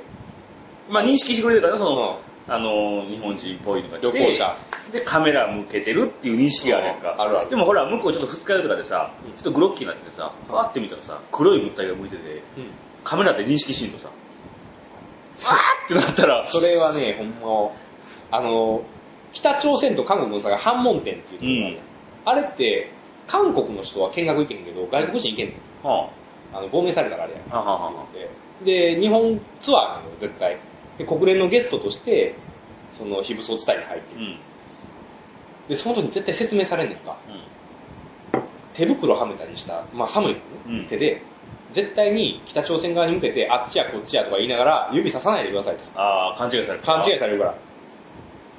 [SPEAKER 2] まあ認識してくれるから、その、
[SPEAKER 1] う
[SPEAKER 2] あの、日本人っぽいのが来て
[SPEAKER 1] 旅行者。
[SPEAKER 2] で、カメラ向けてるっていう認識があるやんか。
[SPEAKER 1] うんあるある
[SPEAKER 2] でもほら、向こうちょっと二日酔いとかでさ
[SPEAKER 1] うん、
[SPEAKER 2] ちょっとグロッキーになっててさ、
[SPEAKER 1] うん
[SPEAKER 2] わーって見たらさ、黒い物体が向いてて、
[SPEAKER 1] うん。
[SPEAKER 2] カメラって認識しんとさ、わーってなったら、
[SPEAKER 1] それはね、ほんま、あの、北朝鮮と韓国の差が半門店っていうところがあるやんあれって、韓国の人は見学行けへんけど、外国人行けんねん。
[SPEAKER 2] は
[SPEAKER 1] あの、亡命されたからあれやん。
[SPEAKER 2] あ、はあ、はあ、は
[SPEAKER 1] で、日本ツアーなのよ、絶対。で、国連のゲストとして、その、非武装地帯に入って
[SPEAKER 2] うん、
[SPEAKER 1] る
[SPEAKER 2] う。ん。
[SPEAKER 1] で、その時に絶対説明されんねんか。手袋はめたりした、まあ寒いからね、
[SPEAKER 2] うん
[SPEAKER 1] 手で、絶対に北朝鮮側に向けて、あっちやこっちやとか言いながら、指ささないでくださいと。
[SPEAKER 2] ああ、勘違いされる。
[SPEAKER 1] 勘違いされるから。っ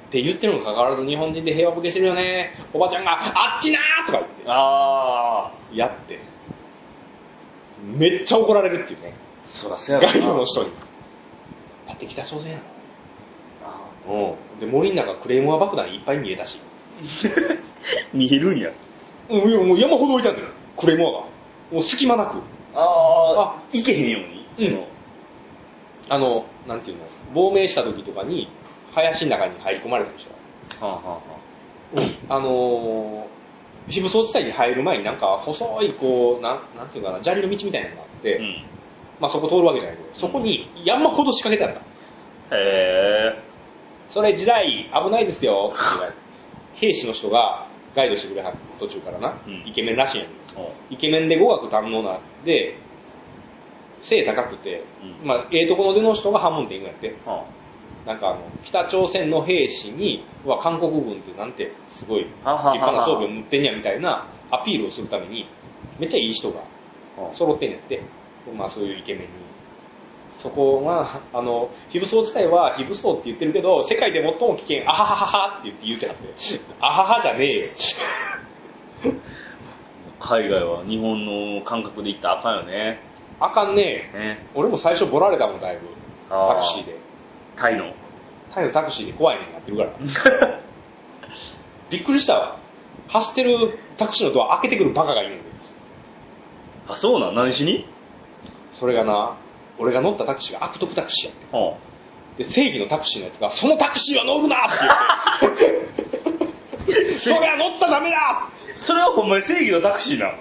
[SPEAKER 1] て言ってるのにかかわらず、日本人で平和ボケしてるよね。おばちゃんが、あっちなーとか言っ
[SPEAKER 2] ああ、
[SPEAKER 1] て、やって。めっちゃ怒られるっていうね。
[SPEAKER 2] そらせやろな
[SPEAKER 1] 外部の人に。だって北朝鮮やろ。
[SPEAKER 2] あ
[SPEAKER 1] うん。で、森の中クレームは爆弾いっぱい見えたし。
[SPEAKER 2] ー 見えるんや。
[SPEAKER 1] うん、いやもう山ほど置いてあるのよ。クレームはが。もう隙間なく。
[SPEAKER 2] あ
[SPEAKER 1] あ
[SPEAKER 2] あ、いけへんように。その、
[SPEAKER 1] うんあの、なんていうの、亡命した時とかに、林の中に入り込まれたりした。
[SPEAKER 2] はあはあは
[SPEAKER 1] うん。あのー非武装地帯に入る前になんか細いこう、なん、なんていうかな、砂利の道みたいなのがあって、
[SPEAKER 2] うん。
[SPEAKER 1] まあそこ通るわけじゃないけど、そこに山ほど仕掛けてあった。
[SPEAKER 2] へ
[SPEAKER 1] それ時代危ないですよって言われて、兵士の人がガイドしてくれはる途中からな、
[SPEAKER 2] うん
[SPEAKER 1] イケメンらしいんやけど、
[SPEAKER 2] ぇー。
[SPEAKER 1] イケメンで語学堪能なんで、背高くて、
[SPEAKER 2] うん
[SPEAKER 1] まあ、ええとこの出の人が半門店行くんやって。
[SPEAKER 2] は
[SPEAKER 1] なんかあの、北朝鮮の兵士に、うわ、韓国軍ってなんて、すごい、立
[SPEAKER 2] ははは
[SPEAKER 1] 派な装備を持ってんや、みたいなアピールをするために、めっちゃいい人が
[SPEAKER 2] あ
[SPEAKER 1] 揃ってんやって。まあ、そういうイケメンに。そこが、あの、非武装自体は非武装って言ってるけど、世界で最も危険、あははははって言って言うてはって。あははじゃねえよ。
[SPEAKER 2] 海外は日本の感覚で行ったらあかんよね。
[SPEAKER 1] あかんねえ。
[SPEAKER 2] ね。
[SPEAKER 1] 俺も最初ボラれたもん、だいぶ。
[SPEAKER 2] あー
[SPEAKER 1] タクシーで。
[SPEAKER 2] タイの。
[SPEAKER 1] タイのタクシーで怖いねんなってるから。びっくりしたわ。走ってるタクシーのドア開けてくるバカがいるんだよ。
[SPEAKER 2] あ、そうなん何しに
[SPEAKER 1] それがな、俺が乗ったタクシーが悪徳タクシーやって。
[SPEAKER 2] は
[SPEAKER 1] で、正義のタクシーのやつが、そのタクシーは乗るなって言っ て。それは乗ったらダメだ
[SPEAKER 2] あそれはほんまに正義のタクシーな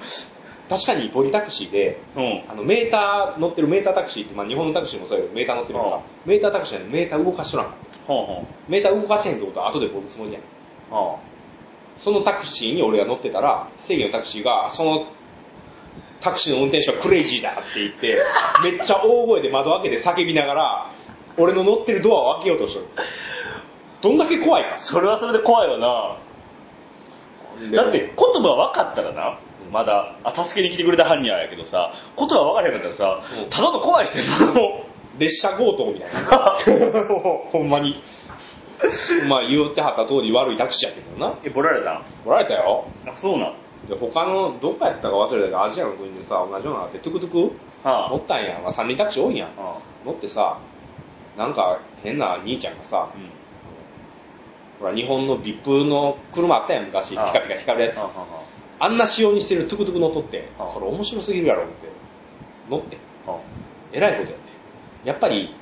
[SPEAKER 1] 確かにボディタクシーで、
[SPEAKER 2] うん。
[SPEAKER 1] あの、メーター乗ってるメータータクシーって、まあ日本のタクシーもそうやけど、メーター乗ってるか
[SPEAKER 2] う
[SPEAKER 1] ら
[SPEAKER 2] ん、
[SPEAKER 1] メータータクシーじゃないメーター動かしとらんかった。
[SPEAKER 2] は
[SPEAKER 1] メーター動かせへんってことは後でボるつもりやん。
[SPEAKER 2] あ、はあ。は
[SPEAKER 1] そのタクシーに俺が乗ってたら、正義のタクシーが、そのタクシーの運転手はクレイジーだって言っ て、めっちゃ大声で窓開けて叫びながら、俺の乗ってるドアを開けようとしとる。どんだけ怖い
[SPEAKER 2] あ。それはそれで怖いよな。
[SPEAKER 1] か。
[SPEAKER 2] だって言葉分かったらな、まだ、あ、助けに来てくれた犯人やけどさ、言葉分からへんかったらさ
[SPEAKER 1] うん、
[SPEAKER 2] ただの怖い人やも
[SPEAKER 1] 列車強盗みたい な。ほんまに。まあ言うてはった通り悪いタクシーやけどな。
[SPEAKER 2] え、ボラれた
[SPEAKER 1] おられたよ。
[SPEAKER 2] あ、そうなん。
[SPEAKER 1] で、他の、どこやったか忘れたけど、アジアの国でさ、同じようなのあって、トゥクトゥク乗
[SPEAKER 2] は
[SPEAKER 1] ったんや。まあ三輪タクシー多いんや
[SPEAKER 2] あ。。は
[SPEAKER 1] 乗ってさ、なんか変な兄ちゃんがさ
[SPEAKER 2] あ。、うん。
[SPEAKER 1] ほら、日本の VIP の車あったやん、昔。ピ
[SPEAKER 2] ああ
[SPEAKER 1] カピカ光るやつ
[SPEAKER 2] は。あは
[SPEAKER 1] あんな仕様にしてるトゥクトゥク乗っとって、
[SPEAKER 2] ああ
[SPEAKER 1] それ面白すぎるやろ、思って。乗って。
[SPEAKER 2] あはあ。
[SPEAKER 1] えらいことやって。やっぱり、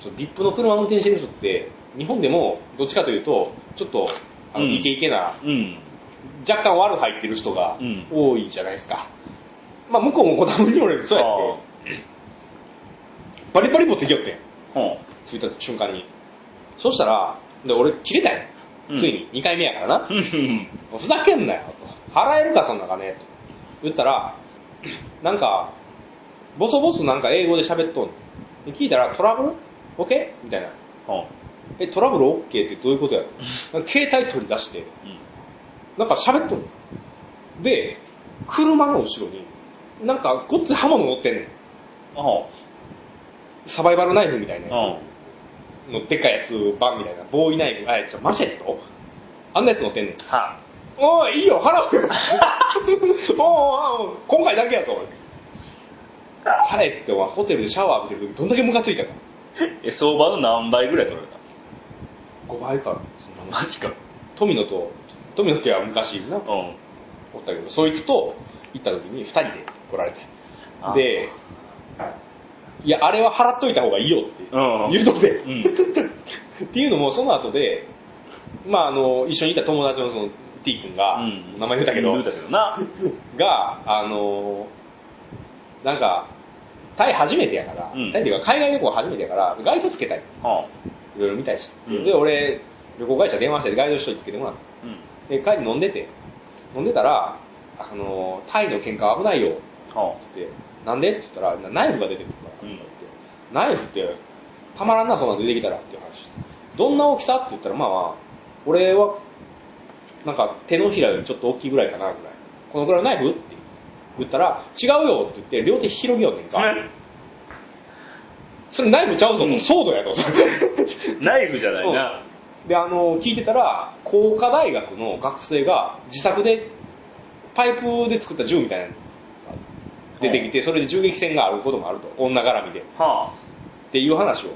[SPEAKER 1] その VIP の車運転してる人って、日本でも、どっちかというと、ちょっと、あの、
[SPEAKER 2] うん
[SPEAKER 1] イケイケな、
[SPEAKER 2] うん。
[SPEAKER 1] 若干悪入ってる人が
[SPEAKER 2] うん
[SPEAKER 1] 多いじゃないですか。まあ、向こうもこだわりに俺、そうやって、バリバリ持ってきよってん。
[SPEAKER 2] ああ。は
[SPEAKER 1] 着いた瞬間に。そしたら、で、俺、切れたや
[SPEAKER 2] うん
[SPEAKER 1] ん。ついに、2回目やからな
[SPEAKER 2] あ。。うん。
[SPEAKER 1] ふざけんなよと。払えるか、そんな金。と言ったら、 なんか、ボソボソなんか英語で喋っとんの。で聞いたら、トラブル ?OK? みたいな。
[SPEAKER 2] はあ。
[SPEAKER 1] え、トラブル OK ってどういうことやろなんか携帯取り出して、
[SPEAKER 2] うん。
[SPEAKER 1] なんか喋っとんの。で、車の後ろに、なんかごっつ刃物持ってんねん。
[SPEAKER 2] は
[SPEAKER 1] サバイバルナイフみたいな
[SPEAKER 2] あ。は
[SPEAKER 1] やつの、でっかいやつ、バンみたいな、ボーイナイフ、あ、ちょ、マシェットあんなやつ乗ってんねん。
[SPEAKER 2] あ。は
[SPEAKER 1] おい、いいよ、 払うよ。おうおう今回だけやぞ。彼ってお前ホテルでシャワー浴びてる時どんだけムカついたか。
[SPEAKER 2] え、相場の何倍ぐらい取られた
[SPEAKER 1] 5倍から。
[SPEAKER 2] マジか。
[SPEAKER 1] 富野と、富野っては昔な、
[SPEAKER 2] うん。
[SPEAKER 1] おったけど、そいつと行った時に2人で来られて。
[SPEAKER 2] あ
[SPEAKER 1] で、いや、あれは払っといた方がいいよって
[SPEAKER 2] うん
[SPEAKER 1] 言うとこで。
[SPEAKER 2] う
[SPEAKER 1] っていうのも、その後で、まあ、あの、一緒にいた友達のその T 君が、
[SPEAKER 2] うん。
[SPEAKER 1] 名前言うたけど、
[SPEAKER 2] 言うたけどな。
[SPEAKER 1] が、あのーなんか、タイ初めてやから、
[SPEAKER 2] うん
[SPEAKER 1] タイっていうか海外旅行初めてやから、ガイドつけたい。
[SPEAKER 2] はあ。
[SPEAKER 1] いろいろ見たりして。
[SPEAKER 2] うん
[SPEAKER 1] で、俺、旅行会社電話してガイド一人つけてもらっ
[SPEAKER 2] うん。
[SPEAKER 1] た。で、帰り飲んでて、飲んでたら、あのータイの喧嘩危ないよって
[SPEAKER 2] は
[SPEAKER 1] 言って、なんでって言ったら、なナイフが出てくるから、
[SPEAKER 2] うん
[SPEAKER 1] って言ってナイフって、たまらんな、そんなの出てきたらっていう話して。どんな大きさって言ったら、まあまあ、俺は、なんか手のひらよりちょっと大きいぐらいかな、ぐらい。このぐらいのナイフって言ったら、違うよって言って、両手広げようねん
[SPEAKER 2] あ。
[SPEAKER 1] か。それナイフちゃうぞ、
[SPEAKER 2] うん
[SPEAKER 1] ソードやと。
[SPEAKER 2] ナイフじゃないな。
[SPEAKER 1] で、あの、聞いてたら、工科大学の学生が自作で、パイプで作った銃みたいなのが出てきて、それで銃撃戦があることもあると。女絡みで。っ
[SPEAKER 2] は
[SPEAKER 1] ていう話を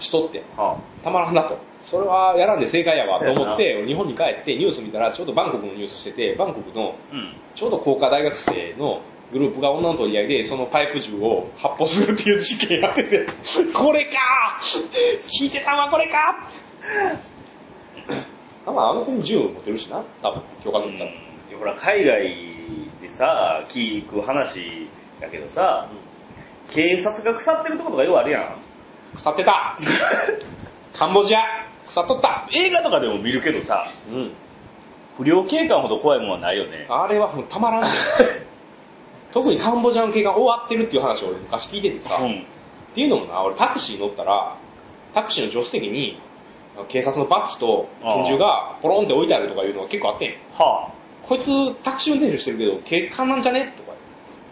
[SPEAKER 1] しとって。
[SPEAKER 2] あ。は
[SPEAKER 1] たまらんなと。それはやらんで正解やわと思っ
[SPEAKER 2] そう
[SPEAKER 1] て、俺日本に帰ってニュース見たら、ちょうどバンコクのニュースしてて、バンコクの
[SPEAKER 2] あ。うん。
[SPEAKER 1] ちょうど工科大学生のグループが女の取り合いで、そのパイプ銃を発砲するっていう事件やって て、これか聞いてたんはこれかまあ、あの子に銃持ってるしな、多分、許可取ったら。
[SPEAKER 2] ほら、海外でさ、聞く話だけどさ、警察が腐ってるとことがようあるやん。
[SPEAKER 1] 腐ってたカンボジア腐っとった
[SPEAKER 2] 映画とかでも見るけどさ、
[SPEAKER 1] うん。
[SPEAKER 2] 不良警官ほど怖いもんはないよね。
[SPEAKER 1] あれはもうたま らんね特にカンボジアの警官終わってるっていう話を俺昔聞いててさ、
[SPEAKER 2] う
[SPEAKER 1] っ
[SPEAKER 2] ん。
[SPEAKER 1] ていうのもな、俺タクシー乗ったら、タクシーの助手席に、あの警察のバッジと拳銃がポロンって置いてあるとかいうのが結構あってん。
[SPEAKER 2] は
[SPEAKER 1] こいつタクシー運転手してるけど警官なんじゃねとか、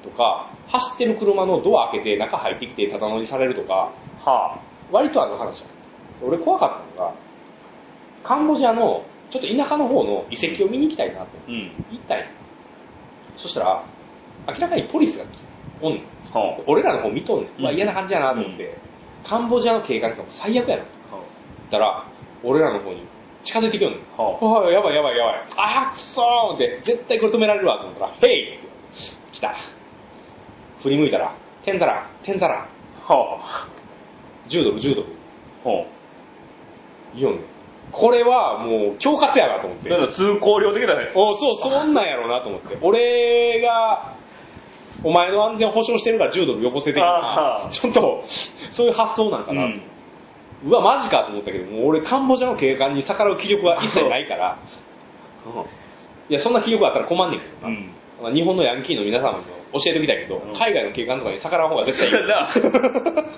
[SPEAKER 1] とか、走ってる車のドア開けて中入ってきてタダ乗りされるとか、
[SPEAKER 2] あ、は
[SPEAKER 1] 割とある話だ俺怖かったのが、カンボジアのちょっと田舎の方の遺跡を見に行きたいなと
[SPEAKER 2] あ、うん。
[SPEAKER 1] 行ったんやそしたら、明らかにポリスがおんねん。
[SPEAKER 2] は
[SPEAKER 1] 俺らの方見とんねん。
[SPEAKER 2] うん
[SPEAKER 1] うわ、嫌な感じやなと思って、カンボジアの警官ってもう最悪やな。言
[SPEAKER 2] あ、は
[SPEAKER 1] ったら、俺らの方に近づいてくるのよ。
[SPEAKER 2] あ、はあ、
[SPEAKER 1] おい、やばいやばいやばい。あー、くそーって、絶対これ止められるわと思ったら、ヘイって来た。振り向いたら、てんだら、てんだら、
[SPEAKER 2] は
[SPEAKER 1] 10ドル、10ドル。
[SPEAKER 2] あ、は
[SPEAKER 1] いいよね。これはもう、恐喝やなと思っ
[SPEAKER 2] あ。
[SPEAKER 1] て
[SPEAKER 2] だ。から通行料的だね。
[SPEAKER 1] おそう、そんなんやろうなと思って。俺が、お前の安全保障してるから10ドルよこせてる
[SPEAKER 2] あー
[SPEAKER 1] ちょっと、そういう発想なんかな。う
[SPEAKER 2] うん
[SPEAKER 1] わ、マジかと思ったけど、もう俺カンボジアの警官に逆らう気力は一切ないから、うんいや、そんな気力あったら困んねんけど
[SPEAKER 2] う
[SPEAKER 1] な。
[SPEAKER 2] ん。
[SPEAKER 1] まあ日本のヤンキーの皆様にも教えておきたいけど、
[SPEAKER 2] うん
[SPEAKER 1] 海外の警官とかに逆らう方が絶対いいよ。
[SPEAKER 2] そうだな。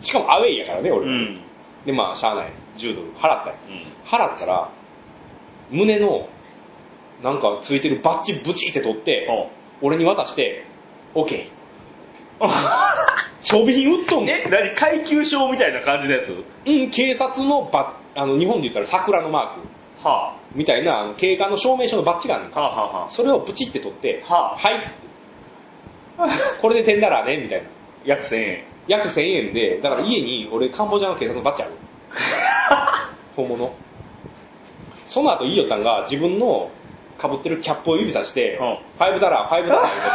[SPEAKER 1] しかもアウェイやからね、
[SPEAKER 2] う
[SPEAKER 1] 俺。
[SPEAKER 2] ん。
[SPEAKER 1] で、まあ、しゃあない。10ドル払ったよ。
[SPEAKER 2] うん。
[SPEAKER 1] 払ったら、胸の、なんかついてるバッチブチって取って、
[SPEAKER 2] は
[SPEAKER 1] 俺に渡して、OK。装備品売っと
[SPEAKER 2] あ
[SPEAKER 1] んね
[SPEAKER 2] え、何階級証みたいな感じのやつ
[SPEAKER 1] うん、警察のバッ、あの、日本で言ったら桜のマーク
[SPEAKER 2] は
[SPEAKER 1] みたいな、あの警官の証明書のバッチがある
[SPEAKER 2] あ、はあ、はあ、は
[SPEAKER 1] それをブチって取って、
[SPEAKER 2] はあ
[SPEAKER 1] い。これで点ならね、みたいな。
[SPEAKER 2] あ。約1000円。
[SPEAKER 1] 約1000円で、だから家に俺カンボジアの警察のバッ チある。本物。その後言いよったんが、自分の被ってるキャップを指さして、
[SPEAKER 2] う
[SPEAKER 1] ファイブダラー、ファイブダラー 言うて、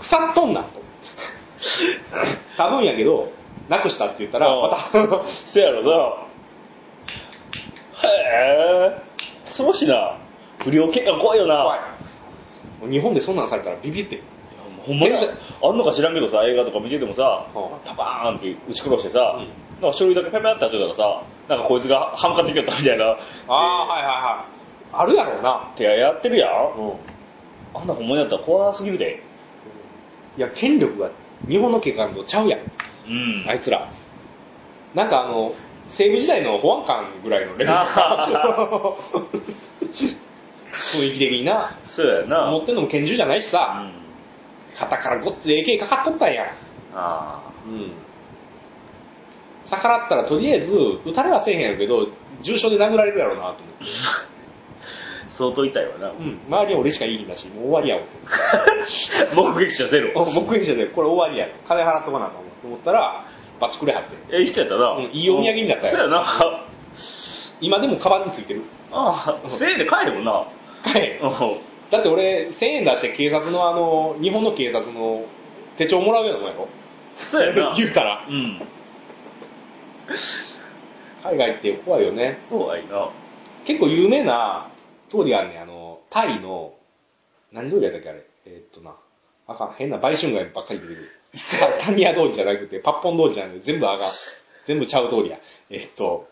[SPEAKER 1] 腐っとんなと。多分やけど、なくしたって言ったら、
[SPEAKER 2] うん
[SPEAKER 1] また、
[SPEAKER 2] せやろな。へえ。そうしな。不良結果怖いよな。
[SPEAKER 1] 怖い。日本でそんなんされたらビビって。
[SPEAKER 2] いやもうほんまに
[SPEAKER 1] 全然
[SPEAKER 2] あんのか知らんけどさ、映画とか見ててもさ、
[SPEAKER 1] うん
[SPEAKER 2] タバーンって打ち殺してさ、
[SPEAKER 1] うん
[SPEAKER 2] なんか書類だけペペって当てたらさ、なんかこいつがハンカチできよったみたいな、
[SPEAKER 1] ああ、はいはいはい。あるやろうな。
[SPEAKER 2] 手やってるやん。
[SPEAKER 1] うん。
[SPEAKER 2] あんなほんまにやったら怖すぎるで。
[SPEAKER 1] いや、権力が日本の警官とちゃうやん。
[SPEAKER 2] うん。
[SPEAKER 1] あいつら。なんかあの、西部時代の保安官ぐらいのレベル
[SPEAKER 2] あは。
[SPEAKER 1] 雰囲気的にな。
[SPEAKER 2] そうやな。
[SPEAKER 1] 持ってんのも拳銃じゃないし
[SPEAKER 2] う
[SPEAKER 1] さ、
[SPEAKER 2] ん。
[SPEAKER 1] 肩からごっつ AK かかっとったんや。
[SPEAKER 2] あ
[SPEAKER 1] うん。逆らったらとりあえず、撃たれはせえへんやろけど、重傷で殴られるやろうなと思って。
[SPEAKER 2] あ。相当痛いわな。
[SPEAKER 1] うん。周りは俺しかいいんだし、もう終わりやろ。
[SPEAKER 2] 目撃者ゼロ。
[SPEAKER 1] 目撃者で、これ終わりやろ。金払っとかなあかんわと思ったら、バチくれはって。
[SPEAKER 2] え、いい人やったな。
[SPEAKER 1] うんいいお土産になったよ
[SPEAKER 2] そうやな。
[SPEAKER 1] 今でもカバンについてる。
[SPEAKER 2] ああ、1000円で帰るもんな。
[SPEAKER 1] 帰 れ
[SPEAKER 2] うん
[SPEAKER 1] だって俺、1000円出して警察のあの、日本の警察の手帳もらうようなもんやろ。
[SPEAKER 2] そうやな
[SPEAKER 1] 言うから。
[SPEAKER 2] うん。
[SPEAKER 1] 海外って怖いよね。
[SPEAKER 2] そうやな。
[SPEAKER 1] 結構有名な通りがあるね、あの、タイの、何通りやったっけあれ。えーっとな、あかん、変な売春街ばっかり出て くる。タタミヤ通りじゃなくて、パッポン通りじゃなくて、全部あかん。全部ちゃう通りや。えーっと、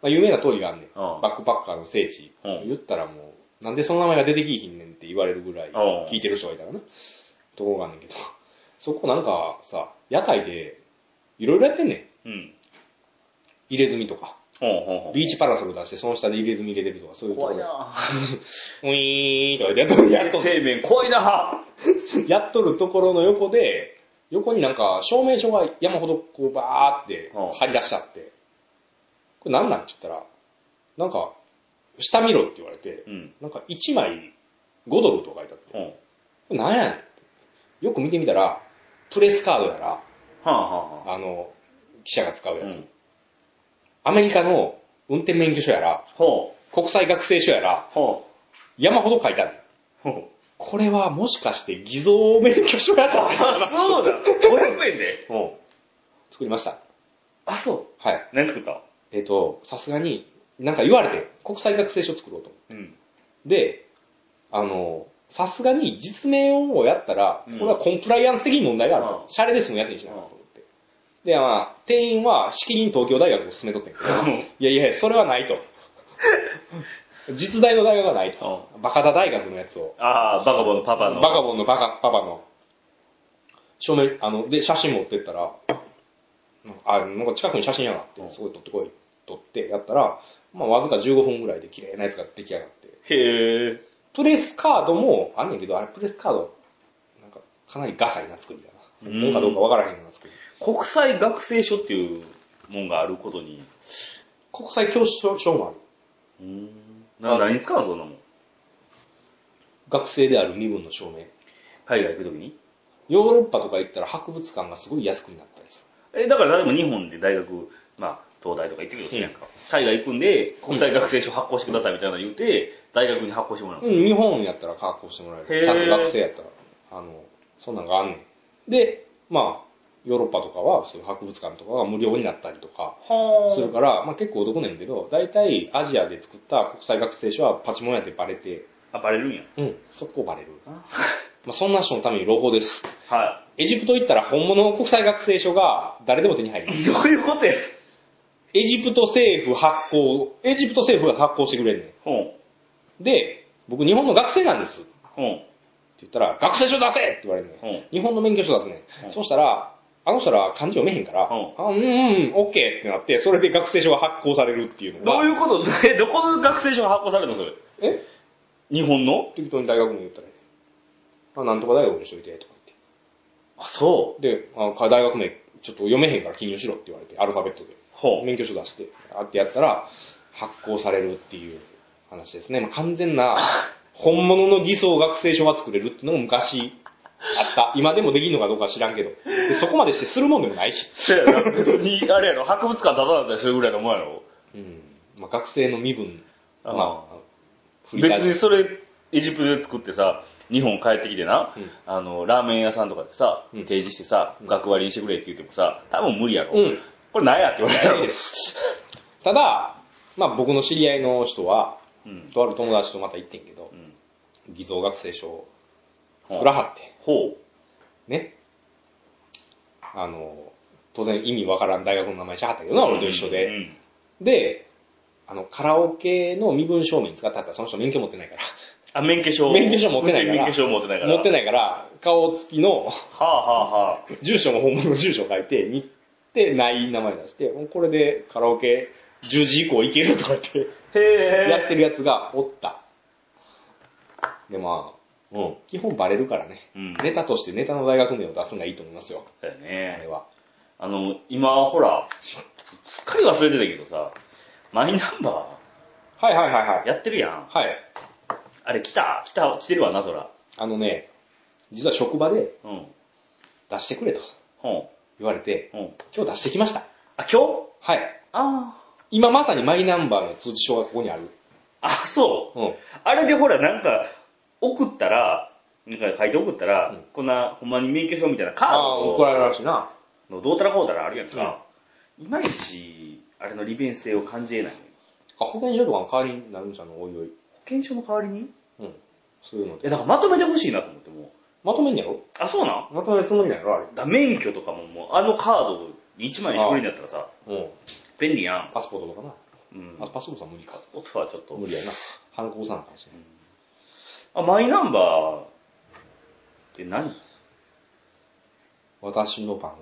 [SPEAKER 1] まあ、有名な通りがあるね、
[SPEAKER 2] うん
[SPEAKER 1] バックパッカーの聖地。
[SPEAKER 2] うん
[SPEAKER 1] 言ったらもう、なんでその名前が出てきいひんねんって言われるぐらい、
[SPEAKER 2] うん
[SPEAKER 1] 聞いてる人がいたらな。ところがあんねんけど、そこなんかさ、屋台で、いろいろやってんねん。
[SPEAKER 2] うん。
[SPEAKER 1] 入れ墨とか。
[SPEAKER 2] ほんほんほん。
[SPEAKER 1] ビーチパラソル出して、その下で入れ墨入れてるとか、そういうとこ
[SPEAKER 2] 怖い
[SPEAKER 1] ろ。
[SPEAKER 2] な。
[SPEAKER 1] ウィーンとかやっとる、やっとる
[SPEAKER 2] 生命怖いな。
[SPEAKER 1] やっとるところの横で、横になんか証明書が山ほどこうバーって
[SPEAKER 2] うん
[SPEAKER 1] 張り出しちゃって、これなんなんって言ったら、なんか、下見ろって言われて
[SPEAKER 2] う、ん。
[SPEAKER 1] なんか1枚5ドルとか書いてあって、こ
[SPEAKER 2] うん。は
[SPEAKER 1] れなんやねんって。よく見てみたら、プレスカードやら、
[SPEAKER 2] あは
[SPEAKER 1] あの、記者が使う
[SPEAKER 2] あはあ。
[SPEAKER 1] や
[SPEAKER 2] う
[SPEAKER 1] つ、
[SPEAKER 2] ん。
[SPEAKER 1] アメリカの運転免許証やら、
[SPEAKER 2] ほ
[SPEAKER 1] 国際学生証やら
[SPEAKER 2] う。、ほ
[SPEAKER 1] 山ほど書いてある。
[SPEAKER 2] う。ほう。
[SPEAKER 1] これはもしかして偽造免許証やった
[SPEAKER 2] あ、そうだ。500円で。
[SPEAKER 1] うん。作りました。
[SPEAKER 2] あ、そう。
[SPEAKER 1] はい。
[SPEAKER 2] 何作った
[SPEAKER 1] えっ、と、さすがに、なんか言われて、国際学生証作ろうと。
[SPEAKER 2] うん。
[SPEAKER 1] で、あの、さすがに実名をやったら、
[SPEAKER 2] うん
[SPEAKER 1] これはコンプライアンス的に問題があると
[SPEAKER 2] う。ん
[SPEAKER 1] シャレですもんやつにしなかったと思って。で、まあ、店員はしきりに東京大学を勧めとってんけど、いやいや、それはない と。実大の大学はないと。バカだ大学のやつを。
[SPEAKER 2] ああ、バカボンのパパの。
[SPEAKER 1] バカボンのバカ、パパの。署名、あの、で、写真持ってったら、なんかあ、なんか近くに写真やなって
[SPEAKER 2] う、ん
[SPEAKER 1] すごい撮ってこい、撮ってやったら、まあ、わずか15分ぐらいで綺麗なやつが出来上がって。
[SPEAKER 2] へえ。
[SPEAKER 1] プレスカードもあんねんけど、あれプレスカード、なんか、かなりガサいな作りだな。
[SPEAKER 2] うん
[SPEAKER 1] もうかどうかわからへんような作り。
[SPEAKER 2] 国際学生書っていうもんがあることに。
[SPEAKER 1] 国際教師証もある。
[SPEAKER 2] うん。な何に使うのそんなもん。
[SPEAKER 1] 学生である身分の証明。
[SPEAKER 2] 海外行くときに。
[SPEAKER 1] ヨーロッパとか行ったら博物館がすごい安くなったりす
[SPEAKER 2] え、だから例えば日本で大学、まあ、東大とか行ってくるとするやんか。海外行くんで、国際学生書発行してくださいみたいなの言うて、大学に発行してもらう。
[SPEAKER 1] る。うん、日本やったら確保してもらえ
[SPEAKER 2] へー
[SPEAKER 1] る。ちゃんと学生やったら。あの、そんなんがあんねん。で、まあ、ヨーロッパとかはそういう博物館とかが無料になったりとか
[SPEAKER 2] は
[SPEAKER 1] するから、まあ結構お得なんやけど、大体アジアで作った国際学生書はパチモンやってバレて、
[SPEAKER 2] あ、バレるんや。
[SPEAKER 1] うん、速攻バレる。まあ、そんな人のために朗報です。
[SPEAKER 2] は
[SPEAKER 1] エジプト行ったら本物の国際学生書が誰でも手に入る。
[SPEAKER 2] い。どういうことや
[SPEAKER 1] エジプト政府発行、エジプト政府が発行してくれんね
[SPEAKER 2] ほん。
[SPEAKER 1] ん。で、僕日本の学生なんです。って
[SPEAKER 2] ほん。
[SPEAKER 1] 言ったら、学生証出せって言われるね、
[SPEAKER 2] うん
[SPEAKER 1] ん。日本の免許証出すね、
[SPEAKER 2] うん
[SPEAKER 1] ん。そうしたら、あの人ら漢字読めへんから、
[SPEAKER 2] うん
[SPEAKER 1] あうんうん、オッケーってなって、それで学生証が発行されるっていうの
[SPEAKER 2] ど
[SPEAKER 1] が。
[SPEAKER 2] ういうこと え、どこの学生証が発行されるのそれ。
[SPEAKER 1] え
[SPEAKER 2] 日本の
[SPEAKER 1] 適当に大学も言ったらね。あ、なんとか大学にしといて、とか
[SPEAKER 2] あ、そう。
[SPEAKER 1] 言って。で、あか大学名、ちょっと読めへんから記入しろって言われて、アルファベットで。
[SPEAKER 2] ほう。
[SPEAKER 1] 免許証出して、あってやったら、発行されるっていう話ですね。まあ、完全な、本物の偽装学生証が作れるっていうのも昔あった。今でもできるのかどうかは知らんけど。でそこまでしてするもんでもないし。
[SPEAKER 2] そうやな。 別に、あれやろ、博物館ただだったりするぐらいのもんやろ。
[SPEAKER 1] うん。まあ、学生の身分、
[SPEAKER 2] あ
[SPEAKER 1] まあ、振り
[SPEAKER 2] 別
[SPEAKER 1] 返り
[SPEAKER 2] にそれ、エジプトで作ってさ、日本帰ってきてな、
[SPEAKER 1] うん
[SPEAKER 2] あの、ラーメン屋さんとかでさ、
[SPEAKER 1] うん
[SPEAKER 2] 提示してさ、
[SPEAKER 1] うん
[SPEAKER 2] 学割にしてくれって言ってもさ、多分無理やろ。
[SPEAKER 1] うん
[SPEAKER 2] これなんやって言われるやろ
[SPEAKER 1] 無理で。ただ、まあ、僕の知り合いの人は、
[SPEAKER 2] うん。
[SPEAKER 1] とある友達とまた行ってんけど
[SPEAKER 2] う、ん
[SPEAKER 1] 偽造学生証を作らはって。
[SPEAKER 2] ほ
[SPEAKER 1] ね。あの、当然意味わからん大学の名前しはったけどな、
[SPEAKER 2] う。
[SPEAKER 1] 俺と一緒
[SPEAKER 2] う
[SPEAKER 1] で。
[SPEAKER 2] ん。
[SPEAKER 1] で、あの、カラオケの身分証明に使ったったらその人免許持ってないか
[SPEAKER 2] あ、免許証。
[SPEAKER 1] 免許証持ってないから。
[SPEAKER 2] 免許証持ってないからら。
[SPEAKER 1] 持って
[SPEAKER 2] ない。
[SPEAKER 1] ないから、顔付きの
[SPEAKER 2] はあはあはあ。
[SPEAKER 1] 住所も本物の住所書いて、にってない名前出して、もうこれでカラオケ10時以降行けるとか言って、
[SPEAKER 2] へえ。
[SPEAKER 1] やってるやつがおった。で、まあ、
[SPEAKER 2] うん。
[SPEAKER 1] 基本バレるからね。
[SPEAKER 2] うん
[SPEAKER 1] ネタとしてネタの大学名を出すのがいいと思いますよ。
[SPEAKER 2] だよ
[SPEAKER 1] あれ
[SPEAKER 2] ね。
[SPEAKER 1] は。
[SPEAKER 2] あの、今、ほら、すっかり忘れてたけどさ、マイナンバ
[SPEAKER 1] はいはいはいは
[SPEAKER 2] ー
[SPEAKER 1] い。
[SPEAKER 2] やってるやん。
[SPEAKER 1] はい。
[SPEAKER 2] あれ来た来た来てるわな、そら。
[SPEAKER 1] あのね、実は職場で
[SPEAKER 2] うん。
[SPEAKER 1] 出してくれと
[SPEAKER 2] ほ
[SPEAKER 1] 言われて、
[SPEAKER 2] う。うん。
[SPEAKER 1] 今日出してきました。
[SPEAKER 2] あ、今日
[SPEAKER 1] はい。
[SPEAKER 2] あ
[SPEAKER 1] 今まさにマイナンバーの通知書がここにある。
[SPEAKER 2] あ。あ、そう。
[SPEAKER 1] うん。
[SPEAKER 2] あれでほら、なんか、送ったら、なんか書いて送ったら、
[SPEAKER 1] うん
[SPEAKER 2] こんな、ほんまに免許証みたいなカー
[SPEAKER 1] ああ、
[SPEAKER 2] ド
[SPEAKER 1] 怒られるら
[SPEAKER 2] を
[SPEAKER 1] しいな。
[SPEAKER 2] のどうたらこうたらあるやんか。いまいち、あれの利便性を感じえない。
[SPEAKER 1] あ、保険証とかの代わりになるんじゃんの、おいおい。
[SPEAKER 2] 保険証の代わりにい
[SPEAKER 1] うん。そういうので。
[SPEAKER 2] や、だからまとめてほしいなと思って、もう。
[SPEAKER 1] まとめんやろ
[SPEAKER 2] あ、そうなん
[SPEAKER 1] まとめるつもりなんやろあれ。
[SPEAKER 2] だ免許とかももう、あのカードに1枚にしてくれるんやったらさ、
[SPEAKER 1] うん。
[SPEAKER 2] 便利やん。
[SPEAKER 1] パスポートとかな。
[SPEAKER 2] うん。
[SPEAKER 1] あ、パスポートは無理か。
[SPEAKER 2] オフはちょっと。
[SPEAKER 1] 無理やな。犯行さなあかんしね。
[SPEAKER 2] あ、マイナンバーって何
[SPEAKER 1] 私の番号。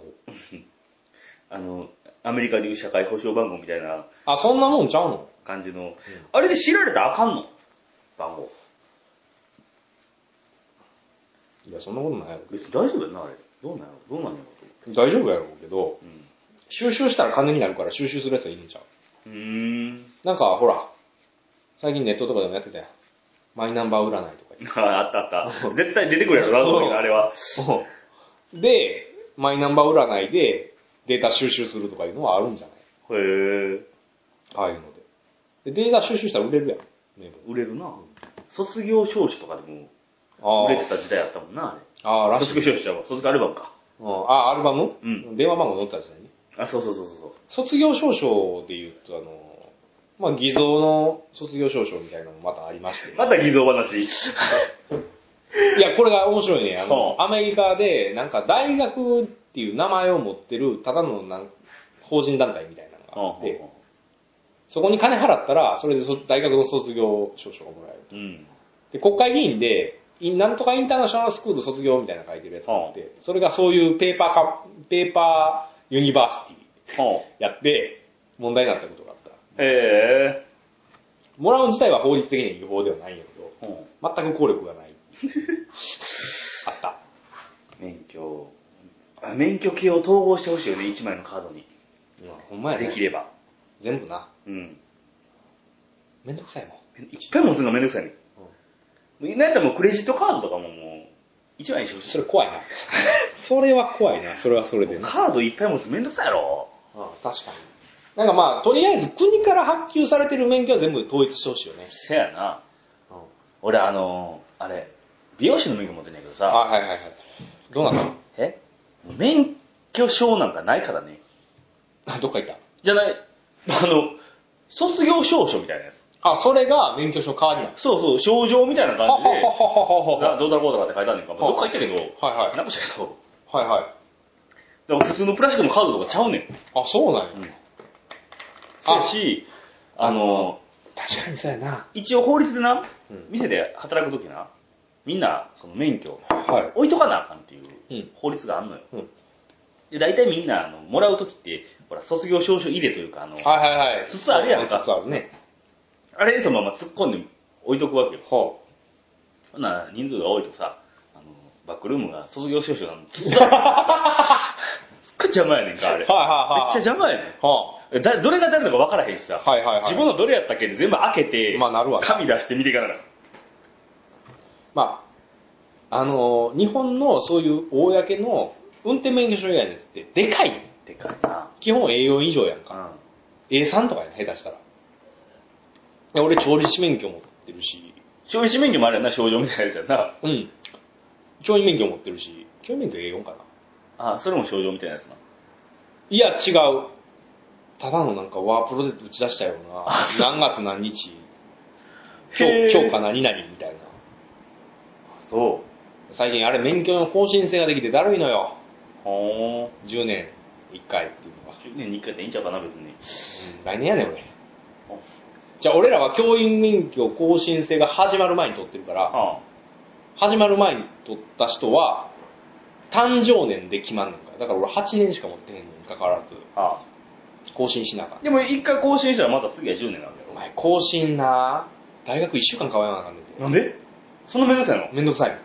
[SPEAKER 2] あの、アメリカでいう社会保障番号みたいな
[SPEAKER 1] あ、そんなもんちゃうの
[SPEAKER 2] 感じの、あれで知られたらあかんの番号。
[SPEAKER 1] いや、そんなことないやろ。
[SPEAKER 2] 別に大丈夫やんな、あれ。どうなんやろどうなんやろ
[SPEAKER 1] 大丈夫やろうけど、
[SPEAKER 2] と。うん。
[SPEAKER 1] 収集したら金になるから収集するやつはいるんちゃう
[SPEAKER 2] うーん。
[SPEAKER 1] なんかほら、最近ネットとかでもやってたやん。マイナンバー占いとか
[SPEAKER 2] ああったあった。絶対出てくるやろ、ラドのあれは。
[SPEAKER 1] 言って。で、マイナンバー占いでデータ収集するとかいうのはあるんじゃない
[SPEAKER 2] へえ。
[SPEAKER 1] ああいうので。で、データ収集したら売れるやん。名簿
[SPEAKER 2] 売れるな。卒業証書とかでも
[SPEAKER 1] あ
[SPEAKER 2] 売れてた時代やったもんな、あれ。
[SPEAKER 1] あ、ああ、らし
[SPEAKER 2] 卒
[SPEAKER 1] い。
[SPEAKER 2] 業証書ちゃうわ卒業アルバムか。
[SPEAKER 1] うんああ、アルバム
[SPEAKER 2] うん
[SPEAKER 1] 電話番号載った時代ね。
[SPEAKER 2] あ、そうそうそうそう。
[SPEAKER 1] 卒業証書で言うと、あの、まあ、偽造の卒業証書みたいなのもまたありまして。
[SPEAKER 2] また偽造話。
[SPEAKER 1] いや、これが面白いね。あ
[SPEAKER 2] ほう
[SPEAKER 1] の、アメリカで、なんか大学っていう名前を持ってる、ただのなん法人団体みたいなのがあって、そこに金払ったら、それでそ大学の卒業証書がもらえる。
[SPEAKER 2] うん。
[SPEAKER 1] で、国会議員で、インなんとかインターナショナルスクール卒業みたいなの書いてるやつがあっ
[SPEAKER 2] は
[SPEAKER 1] て、それがそういうペーパーか、ペーパーユニバーシテ
[SPEAKER 2] ほ
[SPEAKER 1] ィやって、問題になったことがあった。
[SPEAKER 2] う。へえ。
[SPEAKER 1] もらう自体は法律的には違法ではないんやけど、
[SPEAKER 2] ほ
[SPEAKER 1] 全く効力が ない。あった。
[SPEAKER 2] う。免許。あ免許系を統合してほしいよね、1枚のカードに。
[SPEAKER 1] 今ほんまやね。
[SPEAKER 2] できれば。
[SPEAKER 1] 全部な。
[SPEAKER 2] うん。
[SPEAKER 1] めんどくさいもん。
[SPEAKER 2] 一回も押すのめんどくさいね。なんやったらもうクレジットカードとかももう、1枚にしてほし
[SPEAKER 1] そ
[SPEAKER 2] い
[SPEAKER 1] れ。怖いな。 それは怖いな。それはそれでな。
[SPEAKER 2] カードいっぱい持つのめんどくさいやろ。
[SPEAKER 1] 確かに。なんかまあ、とりあえず国から発給されてる免許は全部統一してほしいよね。
[SPEAKER 2] せやな。俺あのー、あれ、美容師の免許持ってんねんけどさ、
[SPEAKER 1] あ、はいはいはい。どうなの
[SPEAKER 2] えもう免許証なんかないからね。
[SPEAKER 1] あどっか行っ
[SPEAKER 2] じゃない、あの、卒業証書みたいなやつ。
[SPEAKER 1] た。あ、それが免許証代わりなの。
[SPEAKER 2] そうそう、症状みたいな
[SPEAKER 1] は
[SPEAKER 2] 感じ
[SPEAKER 1] は
[SPEAKER 2] で、
[SPEAKER 1] はははは
[SPEAKER 2] な
[SPEAKER 1] は。
[SPEAKER 2] どうだろうとかって書いてあんねんか。まあどっか行ったけど、
[SPEAKER 1] はいはい
[SPEAKER 2] なんかしたけど、
[SPEAKER 1] はいはい。
[SPEAKER 2] だから普通のプラスチックのカードとかちゃうねん。
[SPEAKER 1] あ、そうなんや。
[SPEAKER 2] そうやし、あのー、
[SPEAKER 1] 確かにそうやな。
[SPEAKER 2] 一応法律でな、
[SPEAKER 1] うん
[SPEAKER 2] 店で働くときな、みんな、その免許、
[SPEAKER 1] はい。
[SPEAKER 2] 置いとかなあかんっていう
[SPEAKER 1] うん
[SPEAKER 2] 法律があんのよ。
[SPEAKER 1] うん
[SPEAKER 2] で、大体みんな、あの、もらうときって、ほら、卒業証書入れというか、あの、
[SPEAKER 1] はいはいはい。
[SPEAKER 2] 筒あるやんか
[SPEAKER 1] 筒あるね。
[SPEAKER 2] あれそのまま突っ込んで置いとくわけよ。
[SPEAKER 1] ほう。
[SPEAKER 2] ほんなら人数が多いとさ、あの、バックルームが卒業証書 なの。すっごい邪魔やねんか、あれ。め
[SPEAKER 1] はい
[SPEAKER 2] っちゃ
[SPEAKER 1] はいはい。
[SPEAKER 2] 邪魔やね
[SPEAKER 1] はあ
[SPEAKER 2] ん。だどれが誰だか分からへんしさ、
[SPEAKER 1] はいはいはい
[SPEAKER 2] 自分のどれやったっけって全部開けて、
[SPEAKER 1] まあなるわな
[SPEAKER 2] 紙出して見ていかなあかん
[SPEAKER 1] まあ、あのー日本のそういう公の運転免許証以外のやつってでかい。
[SPEAKER 2] でかいな。
[SPEAKER 1] 基本 A4 以上やんか。
[SPEAKER 2] うん。
[SPEAKER 1] A3 とかやん、下手したら。で俺、調理師免許持ってるし、
[SPEAKER 2] 消費免許もあるやんな、症状みたいなやつやんな。
[SPEAKER 1] うん。教員免許持ってるし、教員免許 A4 かな。
[SPEAKER 2] あ、それも症状みたいなやつな。
[SPEAKER 1] いや、違う。ただのなんかワープロで打ち出したような、何月何日、今
[SPEAKER 2] へー
[SPEAKER 1] 日、今日か何々みたいな。
[SPEAKER 2] そ
[SPEAKER 1] 最近あれ免許の更新制ができてだるいのよ。
[SPEAKER 2] う。ほ
[SPEAKER 1] 10年1回っていうのが。
[SPEAKER 2] ー。10年に1回っていいんちゃうかな、別に。
[SPEAKER 1] うん来年やねん、俺。じゃあ、俺らは教員免許更新制が始まる前に取ってるから、
[SPEAKER 2] あ
[SPEAKER 1] 始まる前に取った人は、誕生年で決まんねんから。だから俺8年しか持ってへんのに関わらず、
[SPEAKER 2] あ。あ
[SPEAKER 1] 更新しなあかっ
[SPEAKER 2] あ。でも1回更新したらまた次は10年なんだ
[SPEAKER 1] お
[SPEAKER 2] よ。
[SPEAKER 1] 前、更新な大学1週間かわやなあかんねんて。
[SPEAKER 2] なんでそんなめんどくさいの
[SPEAKER 1] めんどくさい。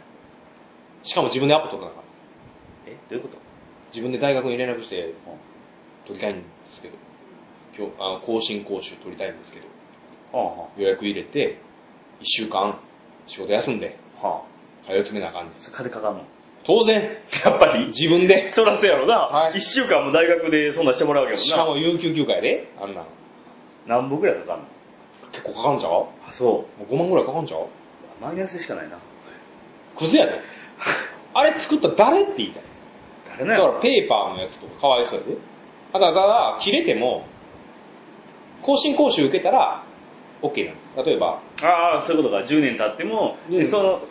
[SPEAKER 1] しかも自分でアポ取らなあかん。
[SPEAKER 2] え、どういうこと
[SPEAKER 1] 自分で大学に連絡して、取りたいんですけど、今日、あの、更新講習取りたいんですけど、
[SPEAKER 2] は
[SPEAKER 1] 予約入れて、1週間仕事休んで、
[SPEAKER 2] あ、はあ。
[SPEAKER 1] 通い詰めなあかんねん。
[SPEAKER 2] それ金かかんの
[SPEAKER 1] 当然、
[SPEAKER 2] やっぱり
[SPEAKER 1] 自分で。
[SPEAKER 2] そらそうやろな。
[SPEAKER 1] はい
[SPEAKER 2] 1週間も大学でそんなんしてもらうわけ
[SPEAKER 1] し
[SPEAKER 2] や
[SPEAKER 1] か
[SPEAKER 2] もんな。
[SPEAKER 1] も有給休暇やで、あんなん。
[SPEAKER 2] 何本くらいかかんの
[SPEAKER 1] 結構かかるんちゃうも
[SPEAKER 2] あ、そう
[SPEAKER 1] 5万ぐらいかかるんちゃう
[SPEAKER 2] う。マイナスでしかないな。
[SPEAKER 1] クズや で。あれ作った誰って言いたい。だ
[SPEAKER 2] 誰な
[SPEAKER 1] か
[SPEAKER 2] の
[SPEAKER 1] らペーパーのやつとかかわいそうやで。あだから、切れても、更新講習受けたら、OK なの。例えば、
[SPEAKER 2] ああ、そういうことか。10年経っても、で
[SPEAKER 1] うん
[SPEAKER 2] その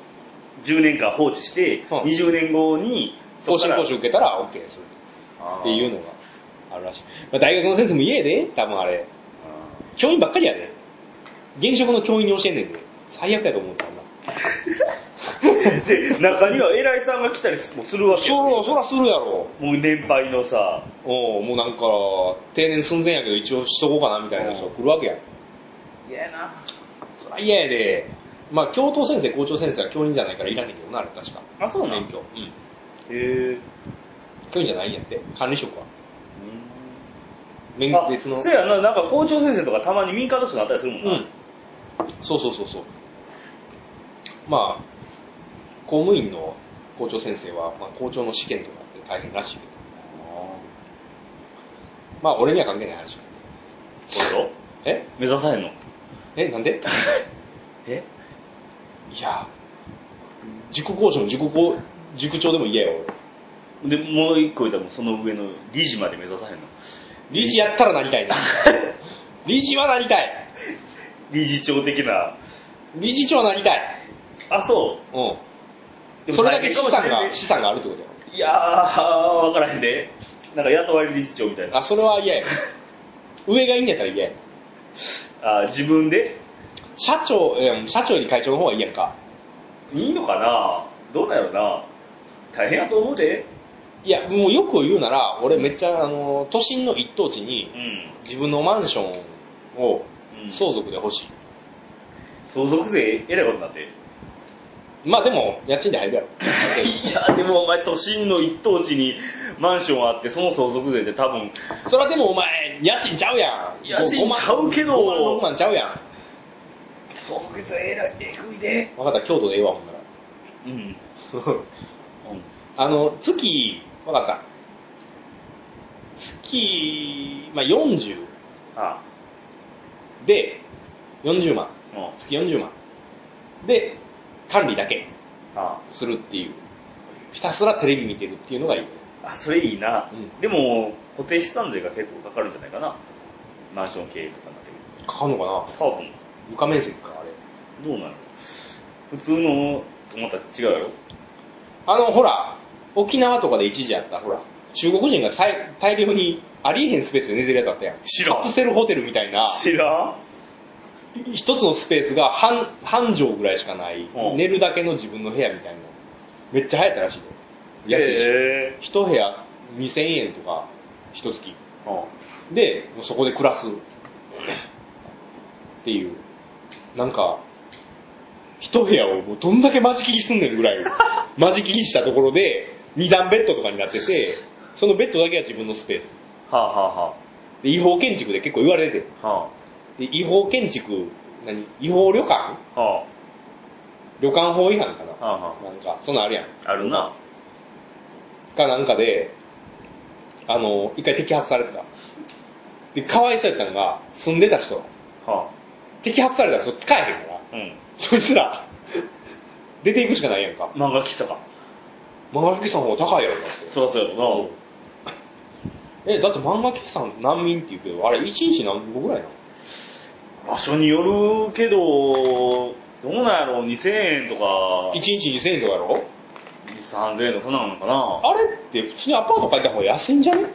[SPEAKER 2] 10年間放置して、
[SPEAKER 1] うん
[SPEAKER 2] 20年後に、そ
[SPEAKER 1] 更
[SPEAKER 2] っ
[SPEAKER 1] 新
[SPEAKER 2] から
[SPEAKER 1] 講習受けたら OK する。
[SPEAKER 2] っ
[SPEAKER 1] っていうのがあるらしい。まあ、大学の先生も言えで、多分あれ。教員ばっかりやで。現職の教員に教えんねんで。最悪やと思う からな。
[SPEAKER 2] で、中には偉いさんが来たりもするわけよ
[SPEAKER 1] そら、そらするやろ。
[SPEAKER 2] もう年配のさ、
[SPEAKER 1] おうもうなんか、定年寸前やけど一応しとこうかなみたいな人が来るわけやん。
[SPEAKER 2] 嫌やな。
[SPEAKER 1] そら嫌やで。まあ、教頭先生、校長先生は教員じゃないからいらねんけどな、あれ確か。
[SPEAKER 2] あ、そうなん
[SPEAKER 1] 免
[SPEAKER 2] へ
[SPEAKER 1] 許。うん。
[SPEAKER 2] え。
[SPEAKER 1] 教員じゃないんやって。管理職は。免
[SPEAKER 2] あ、
[SPEAKER 1] 別の。
[SPEAKER 2] そうやな、なんか校長先生とかたまに民間の人になったりするもん
[SPEAKER 1] う
[SPEAKER 2] な。
[SPEAKER 1] ん。そうそうそうそう。まあ、公務員の校長先生は、まあ、校長の試験とかって大変らしいけど。まあ、俺には関係ない話。
[SPEAKER 2] そう
[SPEAKER 1] え
[SPEAKER 2] 目指さへんの
[SPEAKER 1] えなんで
[SPEAKER 2] え
[SPEAKER 1] いや、塾講師も塾講、塾長でも嫌よ、俺
[SPEAKER 2] で、もう一個言ったらもうその上の理事まで目指さへんの
[SPEAKER 1] 理事やったらなりたいな。理事はなりたい。
[SPEAKER 2] 理事長的な。
[SPEAKER 1] 理事長になりたい。
[SPEAKER 2] あ、そうで
[SPEAKER 1] ん。そ
[SPEAKER 2] も
[SPEAKER 1] れだけ資
[SPEAKER 2] 大
[SPEAKER 1] 産
[SPEAKER 2] 変かもしれん
[SPEAKER 1] が、
[SPEAKER 2] ね
[SPEAKER 1] 資産があるってことよ
[SPEAKER 2] う。いやー、わからへんで。なんか雇われ理事長みたいな。
[SPEAKER 1] あ、それは嫌や。上がいいんやったら嫌や。
[SPEAKER 2] あ自分で
[SPEAKER 1] 社長、いや社長より会長の方がいいやんか。
[SPEAKER 2] いいのかなどうなんやろな大変やと思うで。
[SPEAKER 1] いや、もうよく言うなら、俺めっちゃ、あの、都心の一等地に
[SPEAKER 2] う、ん。
[SPEAKER 1] 自分のマンションを
[SPEAKER 2] うん
[SPEAKER 1] 相続で欲しい。
[SPEAKER 2] 相続税えらいことになって。
[SPEAKER 1] まあでも、家賃で入るやろ。
[SPEAKER 2] いや、でもお前都心の一等地にマンションあって、その相続税って多分、
[SPEAKER 1] それはでもお前、家賃ちゃうやん。
[SPEAKER 2] 家賃ちゃうけど
[SPEAKER 1] 5万、6万ちゃうや
[SPEAKER 2] 相続税えらい、えぐいで。
[SPEAKER 1] ん。わかった、京都でええわ、ほんなら。
[SPEAKER 2] うん。うん。
[SPEAKER 1] あの、月、わかった。月、まあ40
[SPEAKER 2] あ
[SPEAKER 1] で、40万。
[SPEAKER 2] あ、うん。
[SPEAKER 1] 月40万。で、管理だけ
[SPEAKER 2] あ
[SPEAKER 1] するっていう。ひたすらテレビ見てるっていうのがいい。
[SPEAKER 2] あ、あそれいいな。
[SPEAKER 1] うん
[SPEAKER 2] でも、固定資産税が結構かかるんじゃないかな。マンション経営とかになってくる
[SPEAKER 1] かかんのかな
[SPEAKER 2] と。多分、
[SPEAKER 1] 床面積か、あれ。
[SPEAKER 2] どうなの普通のと思ったら違うよ。
[SPEAKER 1] あの、ほら、沖縄とかで一時やった、ほら、中国人が大大量にありえへんスペースで寝てるやつあったやん。
[SPEAKER 2] 知らん
[SPEAKER 1] カプセルホテルみたいな、
[SPEAKER 2] 知らん
[SPEAKER 1] 一つのスペースが半、半畳ぐらいしかない、
[SPEAKER 2] うん
[SPEAKER 1] 寝るだけの自分の部屋みたいな。めっちゃ流行ったらしいよ。安いし。
[SPEAKER 2] え
[SPEAKER 1] 一部屋2000円とか、一月。
[SPEAKER 2] ーうん
[SPEAKER 1] で、もうそこで暮らす。っていう。なんか、一部屋をもうどんだけ間仕切りすんねんぐ らい、間仕切りしたところで、二段ベッドとかになってて、そのベッドだけは自分のスペース。
[SPEAKER 2] はあ、はあは
[SPEAKER 1] で違法建築で結構言われてて。
[SPEAKER 2] あ、は
[SPEAKER 1] で違法建築、何違法旅館
[SPEAKER 2] あ、は
[SPEAKER 1] 旅館法違反か
[SPEAKER 2] あ、はあ、は
[SPEAKER 1] ななんか、そんなんあるやん。
[SPEAKER 2] あ、あるな。
[SPEAKER 1] かなんかで、あの、一回摘発されてた。で、かわいそうやったのが、住んでた人。
[SPEAKER 2] は
[SPEAKER 1] 摘発されたらそれ使えへんから。
[SPEAKER 2] あ、うん。
[SPEAKER 1] そいつら、出ていくしかないやんか。
[SPEAKER 2] 漫画喫茶か。
[SPEAKER 1] 漫画喫茶の方が高いやろ、だっ
[SPEAKER 2] そらそうやろ
[SPEAKER 1] て。え、だって漫画喫茶難民って言うけど、あれ、一日何個ぐらいなの
[SPEAKER 2] な。場所によるけど、どうなんやろ、2000円とか、
[SPEAKER 1] 一日2000円とかやろ
[SPEAKER 2] 3000円とかそんなのかな。
[SPEAKER 1] あれって普通にアパート借りた方が安いんじゃね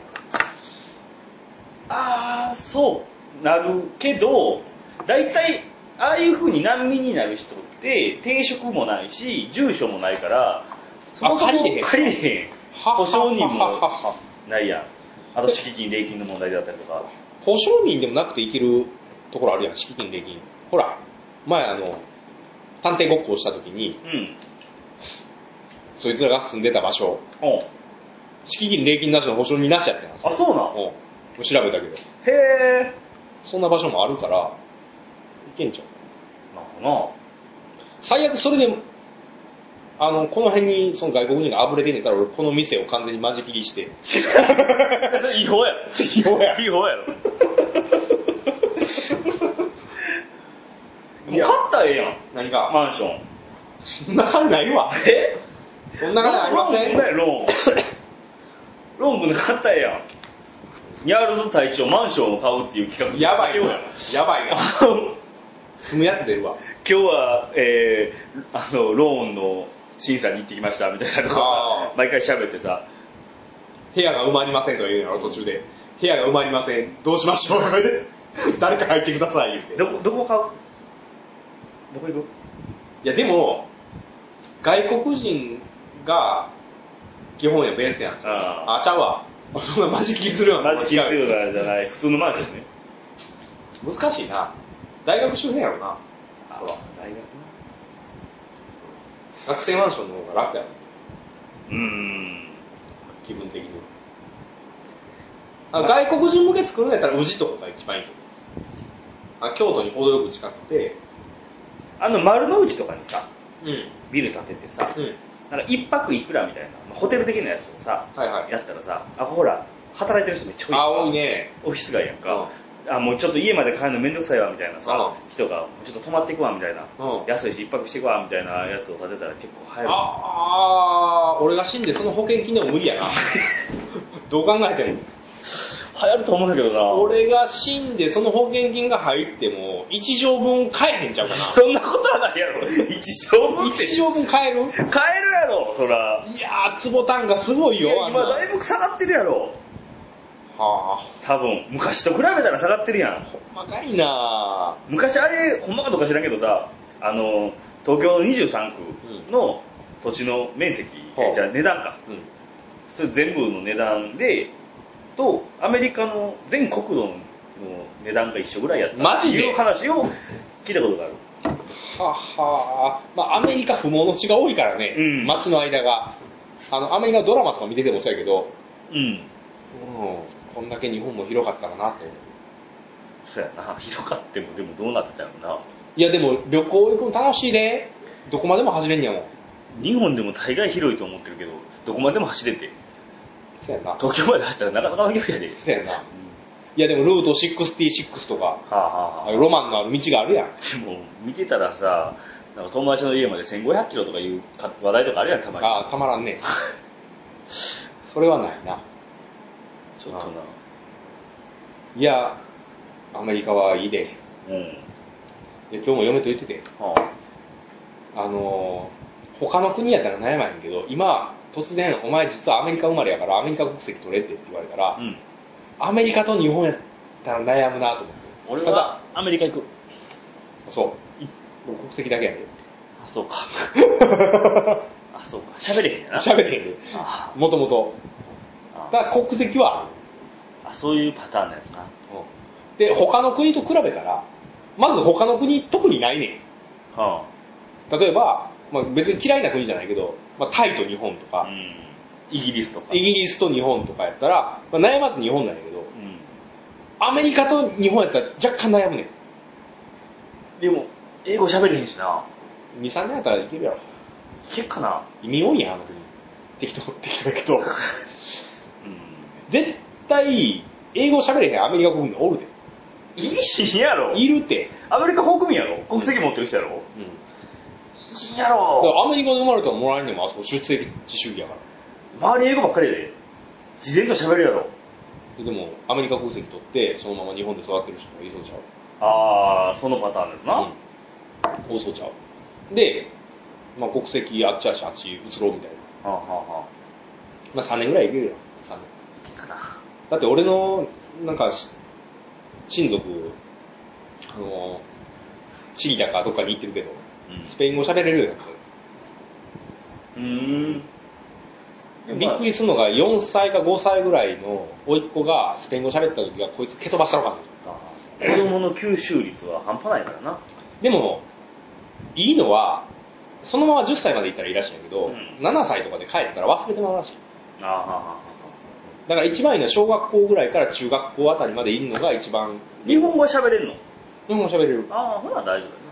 [SPEAKER 2] あー、そう、なるけど、大体、ああいう風に難民になる人って、定職もないし、住所もないから、そもそも
[SPEAKER 1] あ借りれへん
[SPEAKER 2] 借りれへん。保証人
[SPEAKER 1] ははは
[SPEAKER 2] も
[SPEAKER 1] は
[SPEAKER 2] ないやん。あと、敷金、礼金の問題であったりとか。
[SPEAKER 1] 保証人でもなくていけるところあるやん、敷金、礼金。ほら、前あの、探偵ごっこをした時に、
[SPEAKER 2] うん。
[SPEAKER 1] そいつらが住んでた場所、
[SPEAKER 2] うん。
[SPEAKER 1] 敷金、礼金なしの保証人なしやったんです
[SPEAKER 2] あ、そうな
[SPEAKER 1] うん。
[SPEAKER 2] ん。
[SPEAKER 1] もう調べたけど。
[SPEAKER 2] へえ。
[SPEAKER 1] そんな場所もあるから、いけんちゃう
[SPEAKER 2] なんか
[SPEAKER 1] 最悪それで、あの、この辺にその外国人があぶれてんねんから、俺この店を完全に間仕切りして。
[SPEAKER 2] な。それ違法や。
[SPEAKER 1] 違法や
[SPEAKER 2] 違法やろ。もう買ったらええやん。
[SPEAKER 1] 何か、
[SPEAKER 2] マンション。
[SPEAKER 1] そんな金ないわ。
[SPEAKER 2] え
[SPEAKER 1] そんな金ありませ
[SPEAKER 2] ローン組
[SPEAKER 1] ん
[SPEAKER 2] んだよ、ローン。ローン組んで買ったらええやん。ニャールズ隊長マンションを買うっていう企画。
[SPEAKER 1] やばい
[SPEAKER 2] よ
[SPEAKER 1] な。やばいな。 住むやつ出るわ。
[SPEAKER 2] 今日は、えー、あの、ローンの審査に行ってきました、みたいなこと
[SPEAKER 1] あー
[SPEAKER 2] 毎回喋ってさ。
[SPEAKER 1] 部屋が埋まりませんとか言うのよ、途中で。部屋が埋まりません。どうしましょう 誰か入ってください、言うて。
[SPEAKER 2] どこ、どこ買うどこ行く
[SPEAKER 1] いや、でも、外国人が、基本やベースやん。
[SPEAKER 2] あ
[SPEAKER 1] あ、ちゃうわ。そんな間仕切りするような。
[SPEAKER 2] マジ金強いなじゃない、普通のマンションね。
[SPEAKER 1] 難しいな。大学周辺やろな。
[SPEAKER 2] あ、大学な。
[SPEAKER 1] 学生マンションの方が楽やろ。
[SPEAKER 2] うーん。
[SPEAKER 1] 気分的には。あ外国人向け作るんやったら宇治とかが一番いいと思う。あ京都に程よく近くて、
[SPEAKER 2] あの丸の内とかにさ、
[SPEAKER 1] うん。
[SPEAKER 2] ビル建ててさ、
[SPEAKER 1] うん。
[SPEAKER 2] なんか一泊いくらみたいな、まあホテル的なやつをさ、
[SPEAKER 1] はいはい。
[SPEAKER 2] やったらさ、あ、ほら、働いてる人めっちゃ多い。
[SPEAKER 1] あ、多いね。
[SPEAKER 2] オフィス街やんか。あ、もうちょっと家まで帰るのめんどくさいわ、みたいなさ、
[SPEAKER 1] う
[SPEAKER 2] 人が、ちょっと泊まっていくわ、みたいな。
[SPEAKER 1] うん。
[SPEAKER 2] 安いし、一泊していくわ、みたいなやつを建てたら結構早い。
[SPEAKER 1] ああー、俺が死んでその保険金でも無理やな。どう考えても。
[SPEAKER 2] 流行ると思うんだけどな。
[SPEAKER 1] 俺が死んでその保険金が入っても、一錠分買えへんちゃうか
[SPEAKER 2] そんなことはないやろ。一生
[SPEAKER 1] な。
[SPEAKER 2] 分って。
[SPEAKER 1] 一錠分買える
[SPEAKER 2] 買えるやろ、そら。
[SPEAKER 1] いやー、坪単価すごい
[SPEAKER 2] いや
[SPEAKER 1] よ、あんな
[SPEAKER 2] 今だいぶ下がってるやろ。
[SPEAKER 1] はあ、
[SPEAKER 2] 多分、昔と比べたら下がってるやん。
[SPEAKER 1] 細かいな
[SPEAKER 2] 昔あれ、ほんまかどうか知らんけどさ、あの、東京の23区の土地の面積、
[SPEAKER 1] うん
[SPEAKER 2] えじゃあ値段か。
[SPEAKER 1] ぁ。うん。
[SPEAKER 2] それ全部の値段で、と、アメリカの全国土の値段が一緒ぐらいやった。
[SPEAKER 1] マジで
[SPEAKER 2] いう話を聞いたことがある。
[SPEAKER 1] ははまあ、アメリカ不毛の地が多いからね、
[SPEAKER 2] うん
[SPEAKER 1] 街の間が。あの、アメリカのドラマとか見ててもそうやけど、
[SPEAKER 2] うん。
[SPEAKER 1] うん、こんだけ日本も広かったらなって思う。
[SPEAKER 2] そうやな。広かっても、でもどうなってたやろな。
[SPEAKER 1] いや、でも旅行行くの楽しいね。どこまでも走れんやもん。
[SPEAKER 2] 日本でも大概広いと思ってるけど、どこまでも走れて。
[SPEAKER 1] そうやな。
[SPEAKER 2] 東京まで走ったらなかなかの距離やで。
[SPEAKER 1] そうやな。
[SPEAKER 2] うん
[SPEAKER 1] いや、でもルート66とか、
[SPEAKER 2] はあ、はあはあ、
[SPEAKER 1] ロマンのある道があるやん。
[SPEAKER 2] でも、見てたらさ、なんか友達の家まで1500キロとかいうか話題とかあるやん、たまに。
[SPEAKER 1] ああ、たまらんね。それはないな。
[SPEAKER 2] ちょっとな。
[SPEAKER 1] いや、アメリカはいいで。
[SPEAKER 2] うん。
[SPEAKER 1] いや今日も嫁と言ってて、
[SPEAKER 2] は
[SPEAKER 1] あのー他の国やったら悩まへんけど、今、突然、お前実はアメリカ生まれやからアメリカ国籍取れってって言われたら、
[SPEAKER 2] あ、うん。
[SPEAKER 1] アメリカと日本やったら悩むなと思って。
[SPEAKER 2] 俺
[SPEAKER 1] た
[SPEAKER 2] はアメリカ行く。
[SPEAKER 1] だ、そう。い僕国籍だけやねん。
[SPEAKER 2] あ、そうか。あ、そうか。喋れへんやな。
[SPEAKER 1] 喋れへんで。
[SPEAKER 2] あ
[SPEAKER 1] もともと。だ
[SPEAKER 2] あ
[SPEAKER 1] から国籍はある。
[SPEAKER 2] あ、そういうパターンのやつな。
[SPEAKER 1] で、他の国と比べたら、まず他の国特にないね
[SPEAKER 2] は
[SPEAKER 1] ん。例えば、まあ、別に嫌いな国じゃないけど、まあ、タイと日本と
[SPEAKER 2] あ。
[SPEAKER 1] か
[SPEAKER 2] う、ん。イギリスとか。
[SPEAKER 1] イギリスと日本とかやったら、まあ、悩まず日本なんやけど、
[SPEAKER 2] うん。
[SPEAKER 1] アメリカと日本やったら若干悩むね
[SPEAKER 2] でも、英語喋れへんしな。
[SPEAKER 1] ん。2、3年やったらいけるやろ。
[SPEAKER 2] いけっかな。
[SPEAKER 1] 意味多いやん、あの国。適当、適当やけど。
[SPEAKER 2] うん。
[SPEAKER 1] 絶対、英語喋れへんアメリカ国民おるで。
[SPEAKER 2] いいし、やろ。
[SPEAKER 1] いるって。
[SPEAKER 2] アメリカ国民やろ。国籍持ってる人やろ。
[SPEAKER 1] うん。
[SPEAKER 2] いいや
[SPEAKER 1] だか
[SPEAKER 2] ろ。
[SPEAKER 1] らアメリカで生まれたらもらえんねんもん、あそこ出席地主義やから。
[SPEAKER 2] 周り英語ばっかりやで。自然と喋るやろ。
[SPEAKER 1] ででも、アメリカ国籍取って、そのまま日本で育ってる人もいそうちゃう。
[SPEAKER 2] ああ、そのパターンですな。
[SPEAKER 1] うん。多そうちゃう。で、まあ、国籍あっちあっちあっち移ろうみたいな。
[SPEAKER 2] はあ、はあは
[SPEAKER 1] まあ、3年ぐらいいけるよ。3年。
[SPEAKER 2] あ、いけっかな。
[SPEAKER 1] だって俺の、なんか、し親族、あの、チリだかどっかに行ってるけど、
[SPEAKER 2] うん
[SPEAKER 1] スペイン語喋れるようになって
[SPEAKER 2] うーん。
[SPEAKER 1] るびっくりするのが4歳か5歳ぐらいの甥っ子がスペイン語喋った時がこいつ蹴飛ばしたのかった。
[SPEAKER 2] 子供の吸収率は半端ないからな。
[SPEAKER 1] でも、いいのは、そのまま10歳まで行ったらいいらしいんだけど、
[SPEAKER 2] うん
[SPEAKER 1] 7歳とかで帰ったら忘れてまうらしい。
[SPEAKER 2] ああ、はあ、
[SPEAKER 1] だから一番いいのは小学校ぐらいから中学校あたりまでいるのが一番、
[SPEAKER 2] 日本語は喋れんの
[SPEAKER 1] 日本語喋れる。
[SPEAKER 2] ああ、ほな大丈夫や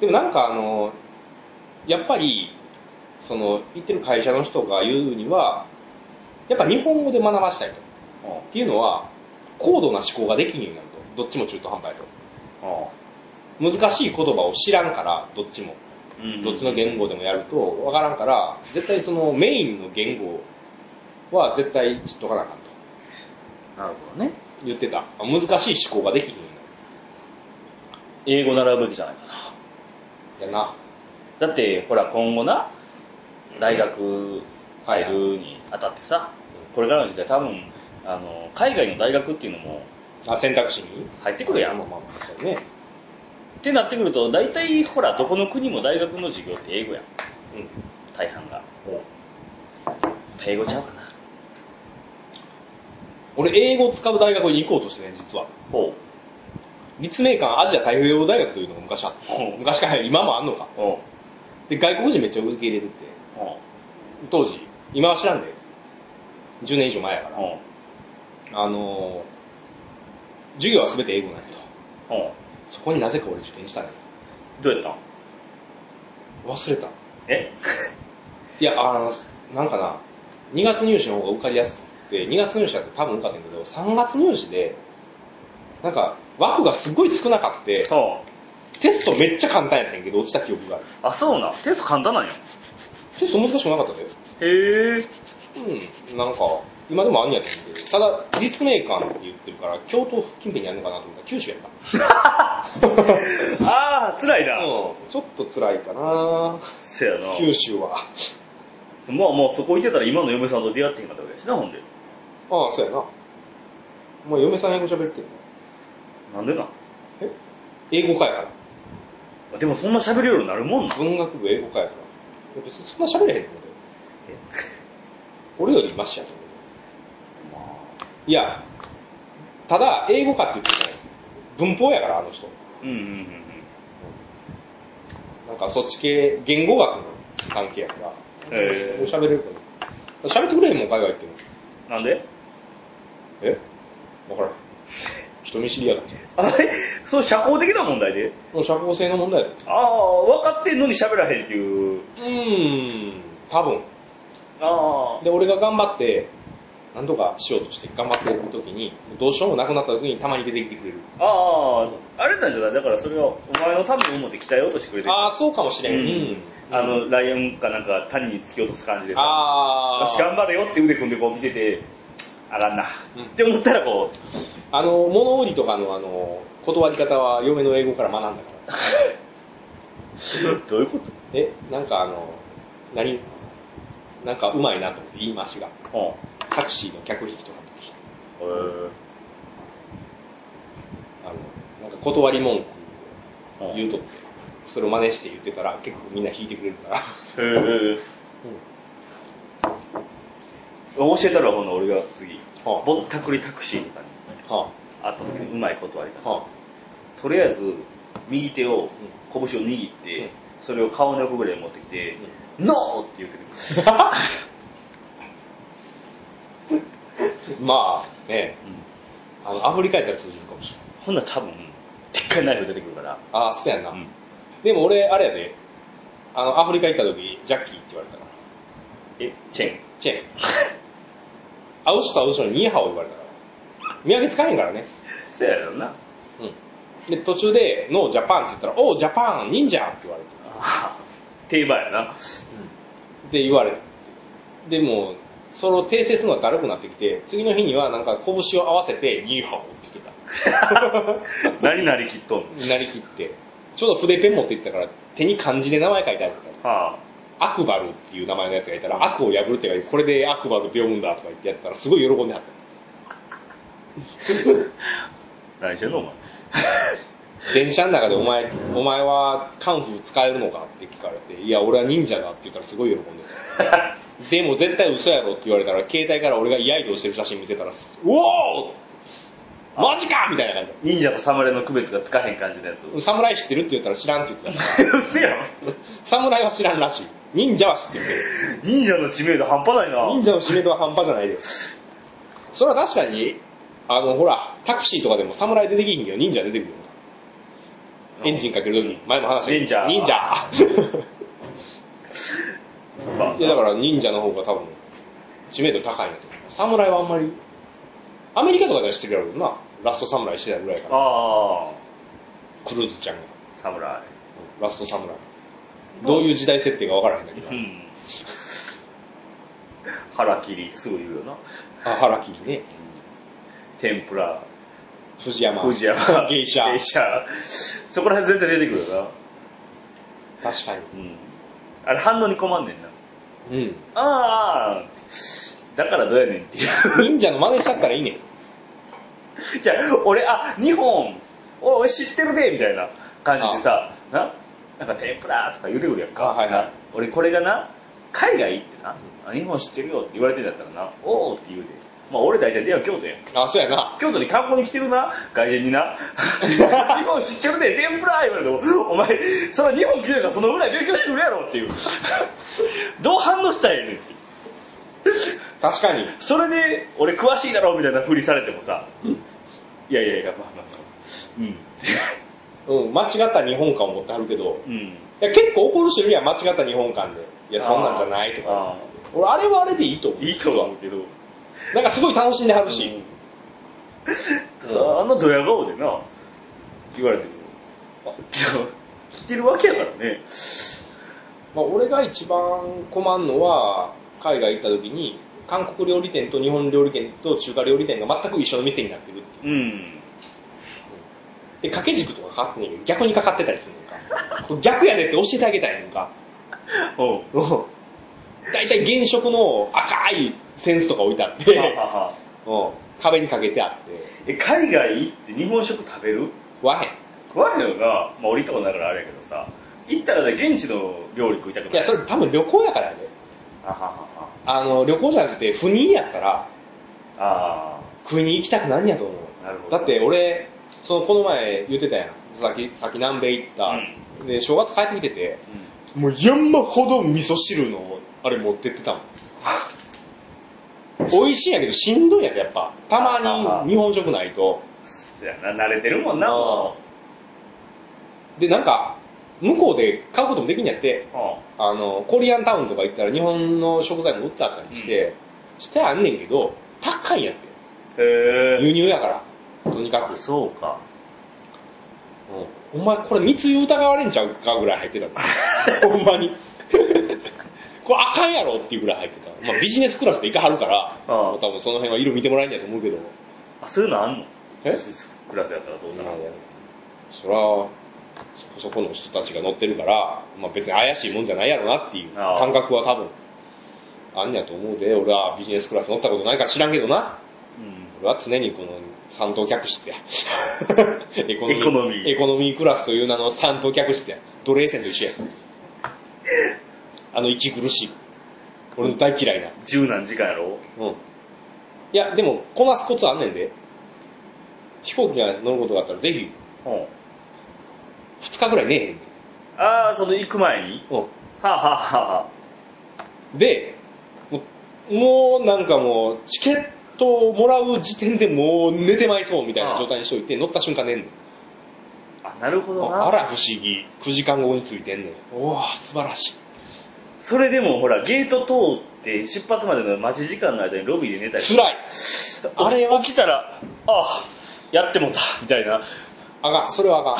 [SPEAKER 1] でもなんかあの、やっぱり、その、行ってる会社の人が言うには、やっぱ日本語で学ばしたいと。っ
[SPEAKER 2] な。うん。
[SPEAKER 1] ていうのは、高度な思考ができるようになると。どっちも中途半端やと。難しい言葉を知らんから、どっちも。
[SPEAKER 2] うん
[SPEAKER 1] どっちの言語でもやるとわからんから、絶対そのメインの言語は絶対知っとかなあかんと
[SPEAKER 2] なるほどね。
[SPEAKER 1] 言ってた。難しい思考ができるようにな
[SPEAKER 2] 英語習うべきじゃないか
[SPEAKER 1] る。やな。
[SPEAKER 2] な。だって、ほら、今後な、大学
[SPEAKER 1] はい
[SPEAKER 2] 入るにあたってさ、これからの時代多分、あの、海外の大学っていうのも
[SPEAKER 1] あ、選択肢に
[SPEAKER 2] 入ってくるやん。
[SPEAKER 1] まあ
[SPEAKER 2] っ
[SPEAKER 1] まあまあ、そうね。
[SPEAKER 2] てなってくると、大体、ほら、どこの国も大学の授業って英語やん。
[SPEAKER 1] うん。
[SPEAKER 2] 大半が。英語ちゃうかな。
[SPEAKER 1] 俺、英語を使う大学に行こうとしてね、実は。
[SPEAKER 2] ほう。
[SPEAKER 1] 立命館アジア太平洋大学というのが昔あっ
[SPEAKER 2] ほ
[SPEAKER 1] た。
[SPEAKER 2] う
[SPEAKER 1] 昔から今もあんのか。
[SPEAKER 2] ほ
[SPEAKER 1] で、外国人めっちゃ受け入れるって。
[SPEAKER 2] う。ほ
[SPEAKER 1] 当時、今は知らんで。10年以上前やか
[SPEAKER 2] う。
[SPEAKER 1] ら。
[SPEAKER 2] ほ
[SPEAKER 1] あのー授業は全て英語なんやと。
[SPEAKER 2] う。ほ
[SPEAKER 1] そこになぜか俺受験したね。
[SPEAKER 2] う。どうやったん
[SPEAKER 1] 忘れた。
[SPEAKER 2] え
[SPEAKER 1] いや、あの、なんかな、2月入試の方が受かりやすくて、2月入試だって多分受かってんけど、3月入試で、なんか、枠がすごい少なかって、
[SPEAKER 2] ほう。
[SPEAKER 1] テストめっちゃ簡単やったんやけど、落ちた記憶がある。
[SPEAKER 2] あ、そうなん。テスト簡単なんや。
[SPEAKER 1] テスト難しくなかったで。
[SPEAKER 2] へえ。
[SPEAKER 1] うん、なんか、今でもあんねやと思うけど、ただ、立命館って言ってるから、京都近辺にあるのかなと思ったら、九州やった。
[SPEAKER 2] ああ、辛いな。
[SPEAKER 1] うん、ちょっと辛いかな
[SPEAKER 2] せやな。
[SPEAKER 1] 九州は。
[SPEAKER 2] まあもうそこ行ってたら今の嫁さんと出会ってへんかったわけやしな、ほんで。
[SPEAKER 1] ああ、そうやな。もう嫁さん英語喋ってる
[SPEAKER 2] なんでな。
[SPEAKER 1] え英語かやから。
[SPEAKER 2] でもそんな喋れるようになるもんな。
[SPEAKER 1] 文学部英語かやから。いや別にそんな喋れへんので。俺よりマシやと思う。いや、ただ、英語かって言ってね、文法やから、あの人。
[SPEAKER 2] うんうんうんうん。
[SPEAKER 1] なんかそっち系、言語学の関係やから。
[SPEAKER 2] え
[SPEAKER 1] 喋れるかな。喋ってくれへんもん、海外行っても。
[SPEAKER 2] ー、なんで
[SPEAKER 1] えわからん。人見知りやから。
[SPEAKER 2] あれそう、社交的な問題で。
[SPEAKER 1] もう社交性の問題だよ。
[SPEAKER 2] ああ、分かってんのに喋らへんっていう。
[SPEAKER 1] うーん、多分。
[SPEAKER 2] あ
[SPEAKER 1] で、俺が頑張って、なんとかしようとして頑張ってる時に、どうしようもなくなった時にたまに出てきてくれる。
[SPEAKER 2] あ、ああ、あれなんじゃないだからそれをお前のために思って鍛えようとしてくれてる。
[SPEAKER 1] ああ、そうかもしれん。
[SPEAKER 2] う
[SPEAKER 1] うんん。
[SPEAKER 2] あの、、ライオンかなんか谷に突き落とす感じでさ。
[SPEAKER 1] あ
[SPEAKER 2] よ
[SPEAKER 1] あ。
[SPEAKER 2] し、頑張れよって腕組んでこう見てて、あらんな。
[SPEAKER 1] うん
[SPEAKER 2] って思ったらこう、
[SPEAKER 1] あの、物売りとかのあの、断り方は嫁の英語から学んだから。
[SPEAKER 2] どう いうこと
[SPEAKER 1] え、なんかあの、何なんかうまいなと思って言い回しが。
[SPEAKER 2] うん。
[SPEAKER 1] タクシーの客引きとかの時。あの、なんか断り文句を言うとって、それを真似して言ってたら結構みんな引いてくれるから。
[SPEAKER 2] へえ。教えたらほんの俺が次、
[SPEAKER 1] はあ
[SPEAKER 2] ぼったくりタクシーとかに
[SPEAKER 1] は
[SPEAKER 2] 会った時にうまいことあり
[SPEAKER 1] あ、
[SPEAKER 2] 方。
[SPEAKER 1] は
[SPEAKER 2] とりあえず、右手を、拳を握って、
[SPEAKER 1] うん
[SPEAKER 2] それを顔の横ぐらいに持ってきて、ノーって言ってくる。
[SPEAKER 1] あ。まあ、ね、あの、アフリカやったら通じるかもしれない。
[SPEAKER 2] ほんなら多分、でっかいナイフ出てくるから。
[SPEAKER 1] ああ、そうやんな。
[SPEAKER 2] うん
[SPEAKER 1] でも俺、あれやで、あの、アフリカ行った時、ジャッキーって言われたから。
[SPEAKER 2] え、チェーン。
[SPEAKER 1] チェン。会う人会う人にニーハオ言われたから。見分けつかへんからね。
[SPEAKER 2] せやろな。
[SPEAKER 1] うん。で、途中で、ノージャパンって言ったら、おう、ジャパン、忍者って言われて。
[SPEAKER 2] あー定番やな。
[SPEAKER 1] で、言われて。でも、その訂正するのがだるくなってきて、次の日にはなんか拳を合わせて、ニーハオって言ってた。
[SPEAKER 2] 何なりきっとんの
[SPEAKER 1] なりきって。ちょうど筆ペン持って行ったから、手に漢字で名前書いてあるから。
[SPEAKER 2] はあ。
[SPEAKER 1] アクバルっていう名前のやつがいたら、悪を破るって書いて、これでアクバルって読むんだとか言ってやったら、すごい喜んではった。
[SPEAKER 2] 何してんのお前。
[SPEAKER 1] 電車の中でお前、お前はカンフー使えるのかって聞かれて、いや、俺は忍者だって言ったらすごい喜んでた。でも絶対嘘やろって言われたら、携帯から俺が嫌いとしてる写真見せたら、うおーマジかみたいな感じだ
[SPEAKER 2] 忍者と侍の区別がつかへん感じの やつ。う
[SPEAKER 1] 侍知ってるって言ったら知らんって言ってた か
[SPEAKER 2] っせやろ。
[SPEAKER 1] ら、侍は知らんらしい。忍者は知ってるけど。
[SPEAKER 2] 忍者の知名度半端ない
[SPEAKER 1] 忍
[SPEAKER 2] な。
[SPEAKER 1] 者の知名度は半端じゃないです。それは確かに、あの、ほら、タクシーとかでも侍出てきひんけど、忍者出てくるよ。エンジンかける時に、前も話したけど
[SPEAKER 2] 忍者
[SPEAKER 1] 忍 者
[SPEAKER 2] バン
[SPEAKER 1] いや、だから忍者の方が多分、知名度高いなと思う。侍はあんまり、アメリカとかでは知ってるやろうな。ラスト侍してたぐらいから。
[SPEAKER 2] ああ、
[SPEAKER 1] クルーズちゃんが。
[SPEAKER 2] 侍。
[SPEAKER 1] ラスト侍。どういう時代設定かわからへんだけど
[SPEAKER 2] う。ん。腹切りってすぐ言うよな。
[SPEAKER 1] あ、腹切りね。
[SPEAKER 2] 天ぷら、
[SPEAKER 1] 藤山。
[SPEAKER 2] 藤山、
[SPEAKER 1] 芸者。
[SPEAKER 2] 芸者。そこら辺絶対出てくるよ
[SPEAKER 1] 確かに。
[SPEAKER 2] な。うん。あれ反応に困んねんな。
[SPEAKER 1] うん。
[SPEAKER 2] ああ、だからどうや ねんっていう。
[SPEAKER 1] 忍者の真似しちゃったらいいねん。
[SPEAKER 2] じゃあ、俺、あ、日本、お俺知ってるで、みたいな感じでさ、な、なんか天ぷらとか言うてくるやんか。
[SPEAKER 1] あはいはい
[SPEAKER 2] な俺、これがな、海外行ってな、あ日本知ってるよって言われてんだったらな、おおって言うで。まあ、俺大体出会う京都やん。
[SPEAKER 1] あ、そうやな。
[SPEAKER 2] 京都に観光に来てるな、外人 にな。日本知ってるで、天ぷら言われても、お前、それ日本来てるからそのぐらい勉強してくるやろっていう。 どう反応したらええねんって。
[SPEAKER 1] 確かに。
[SPEAKER 2] それで、俺詳しいだろみたいなふりされてもさ、いやいやいや、まあまあまあ、うん。
[SPEAKER 1] うん、間違った日本観を持ってはるけど、
[SPEAKER 2] うん。
[SPEAKER 1] いや結構怒る人いるやん、間違った日本観で。いや、そんなんじゃないと
[SPEAKER 2] あ
[SPEAKER 1] か。俺、あれはあれでいいと思う。
[SPEAKER 2] ーいいとは思うけど、
[SPEAKER 1] なんかすごい楽しんではるし。
[SPEAKER 2] あんなドヤ顔でな、言われても、あ、いや 来てるわけやからね。
[SPEAKER 1] まあ、俺が一番困るのは、海外行った時に、韓国料理店と日本料理店と中華料理店が全く一緒の店になってるっていう
[SPEAKER 2] うん。
[SPEAKER 1] で、掛け軸とかかかってないけど、逆にかかってたりする のか。逆やでって教えてあげたいのか。
[SPEAKER 2] おう。
[SPEAKER 1] 大体原色の赤いセンスとか置いてあ って、
[SPEAKER 2] ははは
[SPEAKER 1] うん壁にかけてあって、
[SPEAKER 2] え、海外行って日本食食べる
[SPEAKER 1] 食わへん。
[SPEAKER 2] 食わへんのが、まあ俺行ったことないからあれやけどさ、行ったらね現地の料理食いたくない。
[SPEAKER 1] いや、それ多分旅行やからやで。
[SPEAKER 2] あはは
[SPEAKER 1] あの、旅行じゃなくて、赴任やったら、
[SPEAKER 2] は。あ
[SPEAKER 1] 食いに行きたくなんやと思う。
[SPEAKER 2] あ。なるほど。
[SPEAKER 1] だって、俺、その、この前言ってたやん。さっき、さっき南米行った。で、正月帰ってきてて、
[SPEAKER 2] うん。
[SPEAKER 1] もう山ほど味噌汁の、あれ持ってってた もん。美味しいんやけど、しんどいんやで、やっぱ。たまに日本食ないと。
[SPEAKER 2] そやな、慣れてるもんな。
[SPEAKER 1] あで、なんか、向こうで買うこともできんやって、
[SPEAKER 2] は
[SPEAKER 1] あの、コリアンタウンとか行ったら日本の食材も売ってあったりして、してあんねんけど、高いんやって。
[SPEAKER 2] あへえ。
[SPEAKER 1] 輸入やから。とにかく。
[SPEAKER 2] そうか。
[SPEAKER 1] うんお前これ密輸疑われんちゃうかぐらい入ってた。ほんまに。 これあかんやろっていうぐらい入ってた。まあビジネスクラスで行かはるから、
[SPEAKER 2] うん
[SPEAKER 1] もう多分その辺は色見てもらえんやと思うけど。
[SPEAKER 2] あ、そういうのあんの
[SPEAKER 1] え
[SPEAKER 2] ビジネスクラスやったらどうだろう。
[SPEAKER 1] そら、そこそこの人たちが乗ってるから、まあ別に怪しいもんじゃないやろなっていう
[SPEAKER 2] ああ
[SPEAKER 1] 感覚は多分、あんやと思うで、俺はビジネスクラス乗ったことないから知らんけどな。
[SPEAKER 2] うん。
[SPEAKER 1] 俺は常にこの三等客 室や。エコノミー
[SPEAKER 2] エコノミー
[SPEAKER 1] エコノミークラスという名の三等客室や。奴隷船と一緒 や。あの息苦しい。俺の大嫌いな。
[SPEAKER 2] 十何時間やろ
[SPEAKER 1] うん。いや、でも、こなすコツあんねんで。飛行機が乗ることがあったら、ぜひ、
[SPEAKER 2] うん。
[SPEAKER 1] 二日ぐらい寝えへんね
[SPEAKER 2] ああ、その行く前に
[SPEAKER 1] ん。う
[SPEAKER 2] はあ、はあはあはあ、
[SPEAKER 1] ん。で、もうもうなんかもう、チケットをもらう時点でもう寝てまいそうみたいな状態にしといて、乗った瞬間寝んねん。
[SPEAKER 2] あ、なるほどな。
[SPEAKER 1] あら不思議。9時間後に着いてんねん。おぉ、素晴らしい。
[SPEAKER 2] それでもほら、ゲート通って出発までの待ち時間の間にロビーで寝たり
[SPEAKER 1] 辛い。
[SPEAKER 2] あれは起きたら、ああ、やってもた、みたいな。
[SPEAKER 1] あかん、それはあかん。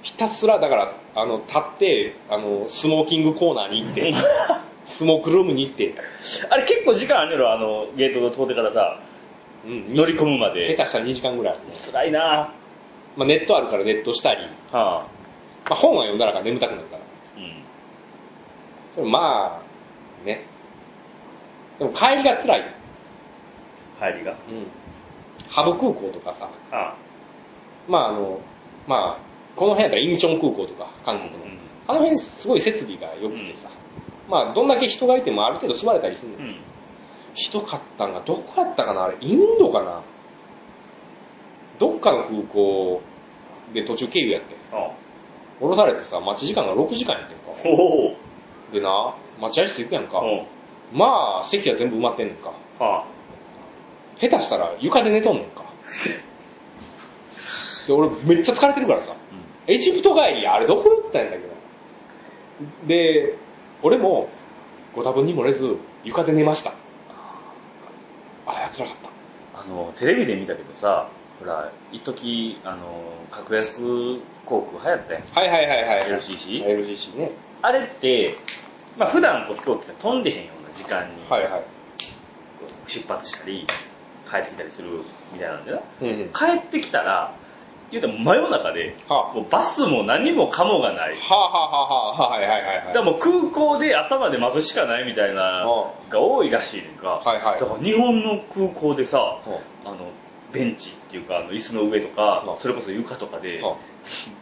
[SPEAKER 1] ひたすら、だから、あの、立って、あの、スモーキングコーナーに行って、スモークルームに行って、
[SPEAKER 2] あれ結構時間あるのあの、ゲート通ってからさ、
[SPEAKER 1] うん、
[SPEAKER 2] 乗り込むま
[SPEAKER 1] 下
[SPEAKER 2] で。
[SPEAKER 1] 手したら2時間ぐらい。
[SPEAKER 2] 辛いな
[SPEAKER 1] まあ、ネットあるからネットしたり、
[SPEAKER 2] はあ。
[SPEAKER 1] まあ、本は読んだらから眠たくなるから。
[SPEAKER 2] うん。
[SPEAKER 1] それまあ、ね。でも帰りが辛い。
[SPEAKER 2] 帰りが。
[SPEAKER 1] うん。ハブ空港とかさ、
[SPEAKER 2] ああ。
[SPEAKER 1] まああの、まあ、この辺やったらインチョン空港とか、韓国の。あの辺すごい設備が良くてさ、まあどんだけ人がいてもある程度座れたりするの。
[SPEAKER 2] うん。うん。
[SPEAKER 1] ひどかったんが、どこやったかなあれ、インドかなどっかの空港で途中経由やって。
[SPEAKER 2] ああ。
[SPEAKER 1] 降ろされてさ、待ち時間が6時間やってんか。
[SPEAKER 2] ほおう
[SPEAKER 1] でな、待合室行くやんか。
[SPEAKER 2] ほう。うん。
[SPEAKER 1] まあ、席は全部埋まってんのか。
[SPEAKER 2] ああ。
[SPEAKER 1] 下手したら床で寝とんの か。で、俺めっちゃ疲れてるからさ。エジプト帰り、あれどこ行ったんだけど。で、俺も、ご多分に漏れず、床で寝ました。あれ、辛かった。
[SPEAKER 2] あの、テレビで見たけどさ、ほら、一時あの、格安航空流行ったやん。
[SPEAKER 1] はいはいはいはい。
[SPEAKER 2] LCC
[SPEAKER 1] ?LCC ね。
[SPEAKER 2] あれって、まあ普段こう飛行機が飛んでへんような時間に
[SPEAKER 1] はいはい。
[SPEAKER 2] 出発したり、帰ってきたりするみたいなんだよ
[SPEAKER 1] うんうん。
[SPEAKER 2] な。帰ってきたら、言うたら真夜中で、
[SPEAKER 1] は
[SPEAKER 2] もうバスも何もかもがない
[SPEAKER 1] あ、。はあ、はあはあはあ、はいはいはいは
[SPEAKER 2] だ
[SPEAKER 1] い。
[SPEAKER 2] からもう空港で朝まで待つしかないみたいな
[SPEAKER 1] う
[SPEAKER 2] が多いらしいねんか。
[SPEAKER 1] はいはい
[SPEAKER 2] だから日本の空港でさ、
[SPEAKER 1] うん
[SPEAKER 2] あの、ベンチっていうか、あの椅子の上とか
[SPEAKER 1] う、ん
[SPEAKER 2] それこそ床とかで
[SPEAKER 1] うん、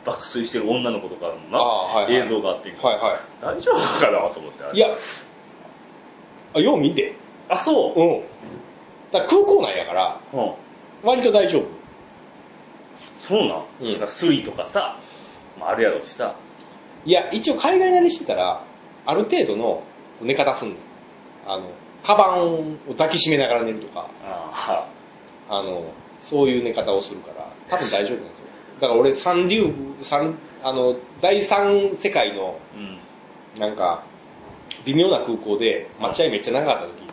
[SPEAKER 2] 爆睡してる女の子とかのな、
[SPEAKER 1] あーはいはい
[SPEAKER 2] 映像があってんか
[SPEAKER 1] は
[SPEAKER 2] ら
[SPEAKER 1] いは
[SPEAKER 2] 大丈夫かなと思って。あれ
[SPEAKER 1] い。いや、あよう見て。
[SPEAKER 2] あ、そう。
[SPEAKER 1] うん。だから空港内やから、
[SPEAKER 2] うん。
[SPEAKER 1] 割と大丈夫。
[SPEAKER 2] そうなん。
[SPEAKER 1] うん
[SPEAKER 2] なんかスリとかさ、まあ、あるやろうしさ。
[SPEAKER 1] いや、一応海外慣れしてたら、ある程度の寝方すんの。あの、カバンを抱きしめながら寝るとか、
[SPEAKER 2] あ
[SPEAKER 1] あの、そういう寝方をするから、多分大丈夫だと思う。だから俺、三流、三、あの、第三世界の、
[SPEAKER 2] あ。うん。
[SPEAKER 1] なんか、微妙な空港で、待合めっちゃ長かった時、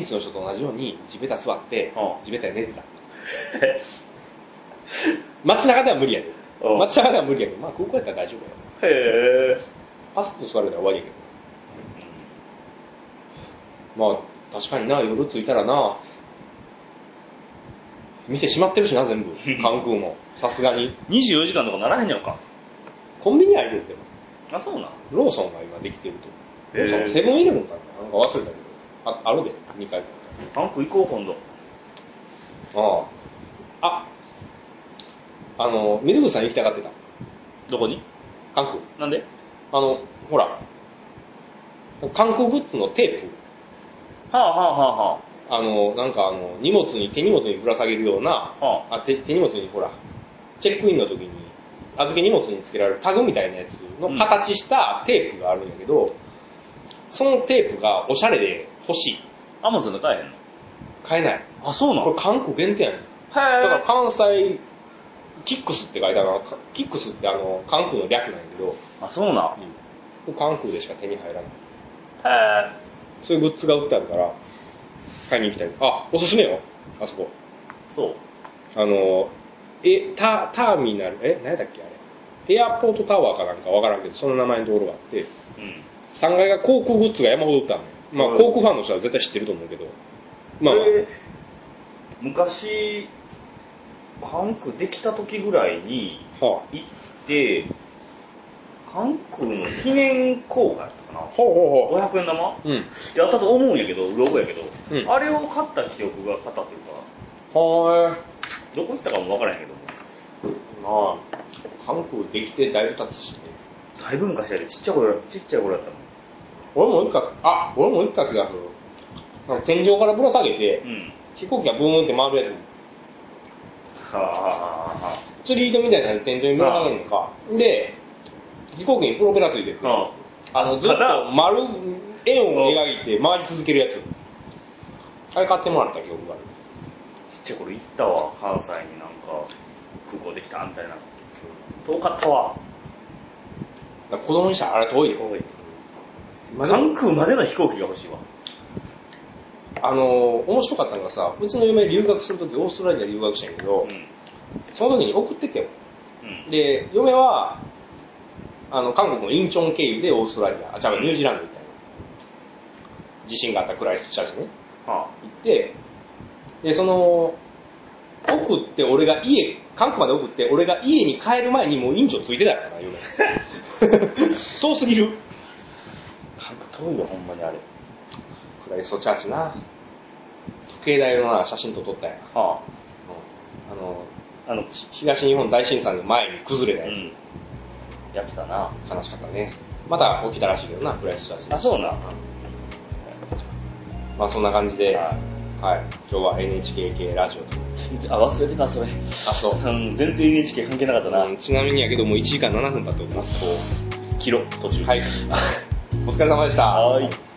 [SPEAKER 1] 現地の人と同じように地べた座って
[SPEAKER 2] う、ん
[SPEAKER 1] 地べたで寝てた。
[SPEAKER 2] へ
[SPEAKER 1] 街中では無理やで。
[SPEAKER 2] うん
[SPEAKER 1] 街中では無理やけど、まあ空港やったら大丈夫やで。
[SPEAKER 2] え。
[SPEAKER 1] パスッと座れたら終わりやけど。まあ、確かにな、夜着いたらな、店閉まってるしな、全部。関空も。さすがに。
[SPEAKER 2] 24時間とかならへんやんか。
[SPEAKER 1] コンビニあるよ、でも。
[SPEAKER 2] あ、そうなん。
[SPEAKER 1] ローソンが今できてると。
[SPEAKER 2] へ
[SPEAKER 1] ロ
[SPEAKER 2] ー
[SPEAKER 1] ーソンセブンイレブンかななんか忘れたけど。あ、あるで、2回
[SPEAKER 2] パンク行こう、今度。
[SPEAKER 1] ああ。あ、あの、水口さん行きたがってた。
[SPEAKER 2] どこに
[SPEAKER 1] 韓国。
[SPEAKER 2] なんで
[SPEAKER 1] あの、ほら、韓国グッズのテープ。
[SPEAKER 2] はあはあはあは
[SPEAKER 1] あの、なんかあの、荷物に、手荷物にぶら下げるような、
[SPEAKER 2] あ。はあ。
[SPEAKER 1] あ手手荷物にほら、チェックインの時に、預け荷物につけられるタグみたいなやつの形したテープがあるんだけど、そのテープがおしゃれで欲しい。
[SPEAKER 2] アマゾンで買えへんの
[SPEAKER 1] 買えない。
[SPEAKER 2] あ、そうな
[SPEAKER 1] こ
[SPEAKER 2] の
[SPEAKER 1] れ韓国限定やねん。だから
[SPEAKER 2] へ
[SPEAKER 1] 関西、キックスって書いてあるな。キックスってあの、関空の略なんやけど、
[SPEAKER 2] え。あ、そうな
[SPEAKER 1] 関空でしか手に入らない。
[SPEAKER 2] ん。へえ。
[SPEAKER 1] そういうグッズが売ってあるから、買いに行きたい。あ、おすすめよ。あそこ。
[SPEAKER 2] そう。
[SPEAKER 1] あの、え、タ、ターミナル、え、何だっけあれ。エアポートタワーかなんかわからんけど、その名前のところがあって、
[SPEAKER 2] うん。
[SPEAKER 1] 3階が航空グッズが山ほど売ったのよ。まあ、
[SPEAKER 2] うん
[SPEAKER 1] 航空ファンの人は絶対知ってると思うけど。まあ、
[SPEAKER 2] えー昔、関空できた時ぐらいに
[SPEAKER 1] は
[SPEAKER 2] 行って、関空の記念公開とかな
[SPEAKER 1] あ、。ほうほうほ
[SPEAKER 2] 500円玉
[SPEAKER 1] う。うん。
[SPEAKER 2] やったと思うんやけど、うろ覚えやけど、
[SPEAKER 1] うん
[SPEAKER 2] あれを買った記憶が買ったというか、
[SPEAKER 1] はーい。
[SPEAKER 2] どこ行ったかも分からへんけども、
[SPEAKER 1] まあ、韓国できてだいぶ経つしね。
[SPEAKER 2] だいぶ昔やで、ちっちゃい頃やちっちゃい頃やったもん。
[SPEAKER 1] 俺も一回、あ、俺も一回気がする。なんか天井からぶら下げて
[SPEAKER 2] う、ん。
[SPEAKER 1] 飛行機がブーンって回るやつ。
[SPEAKER 2] はあはあは
[SPEAKER 1] 釣り糸みたいなのに天井にぶら下げるのか。で、飛行機にプロペラついてる
[SPEAKER 2] あ。は
[SPEAKER 1] あの、ずっと
[SPEAKER 2] ただ
[SPEAKER 1] 丸、円を描いて回り続けるやつ。あれ買ってもらった記憶がある。
[SPEAKER 2] あ。ちっちゃい頃行ったわ、関西になんか、空港できたみたいな。遠かったわ。
[SPEAKER 1] だから子供にしたらあれ遠いよ。
[SPEAKER 2] 遠い。
[SPEAKER 1] まあでも
[SPEAKER 2] 関空までの飛行機が欲しいわ。
[SPEAKER 1] あのー面白かったのがさ、うちの嫁留学するときオーストラリア留学したんやけど、
[SPEAKER 2] う
[SPEAKER 1] その時に送ってってよ。
[SPEAKER 2] ん。うん。
[SPEAKER 1] で、嫁は、あの、韓国のインチョン経由でオーストラリア、あ、じゃあニュージーランド行ったよ。地震があったクライストチャーチね。
[SPEAKER 2] は
[SPEAKER 1] 行って、で、その、送って俺が家、韓国まで送って俺が家に帰る前にもう院長ついてたからな、嫁。 遠すぎる。
[SPEAKER 2] あ。関空遠いよ、ほんまにあれ。
[SPEAKER 1] クライストチャーチな。時計台のな、写真と撮ったやん。うん
[SPEAKER 2] は
[SPEAKER 1] あの、
[SPEAKER 2] あ。あの、
[SPEAKER 1] ひ東日本大震災の前に崩れた
[SPEAKER 2] う
[SPEAKER 1] やつ。
[SPEAKER 2] ん。やってたな。
[SPEAKER 1] 悲しかったね。また起きたらしいけどな、クライストチャーチ。
[SPEAKER 2] あ、そうな。
[SPEAKER 1] まあそんな感じで、
[SPEAKER 2] は
[SPEAKER 1] はいい、今日は NHK 系ラジオと。
[SPEAKER 2] あ、忘れてた、それ。あ、
[SPEAKER 1] そう
[SPEAKER 2] うん、全然 NHK 関係なかった
[SPEAKER 1] うん
[SPEAKER 2] な。
[SPEAKER 1] ちなみにやけどもう1時間7分経っております。
[SPEAKER 2] 切ろう、途中。
[SPEAKER 1] はい。お疲れ様でした。
[SPEAKER 2] はい。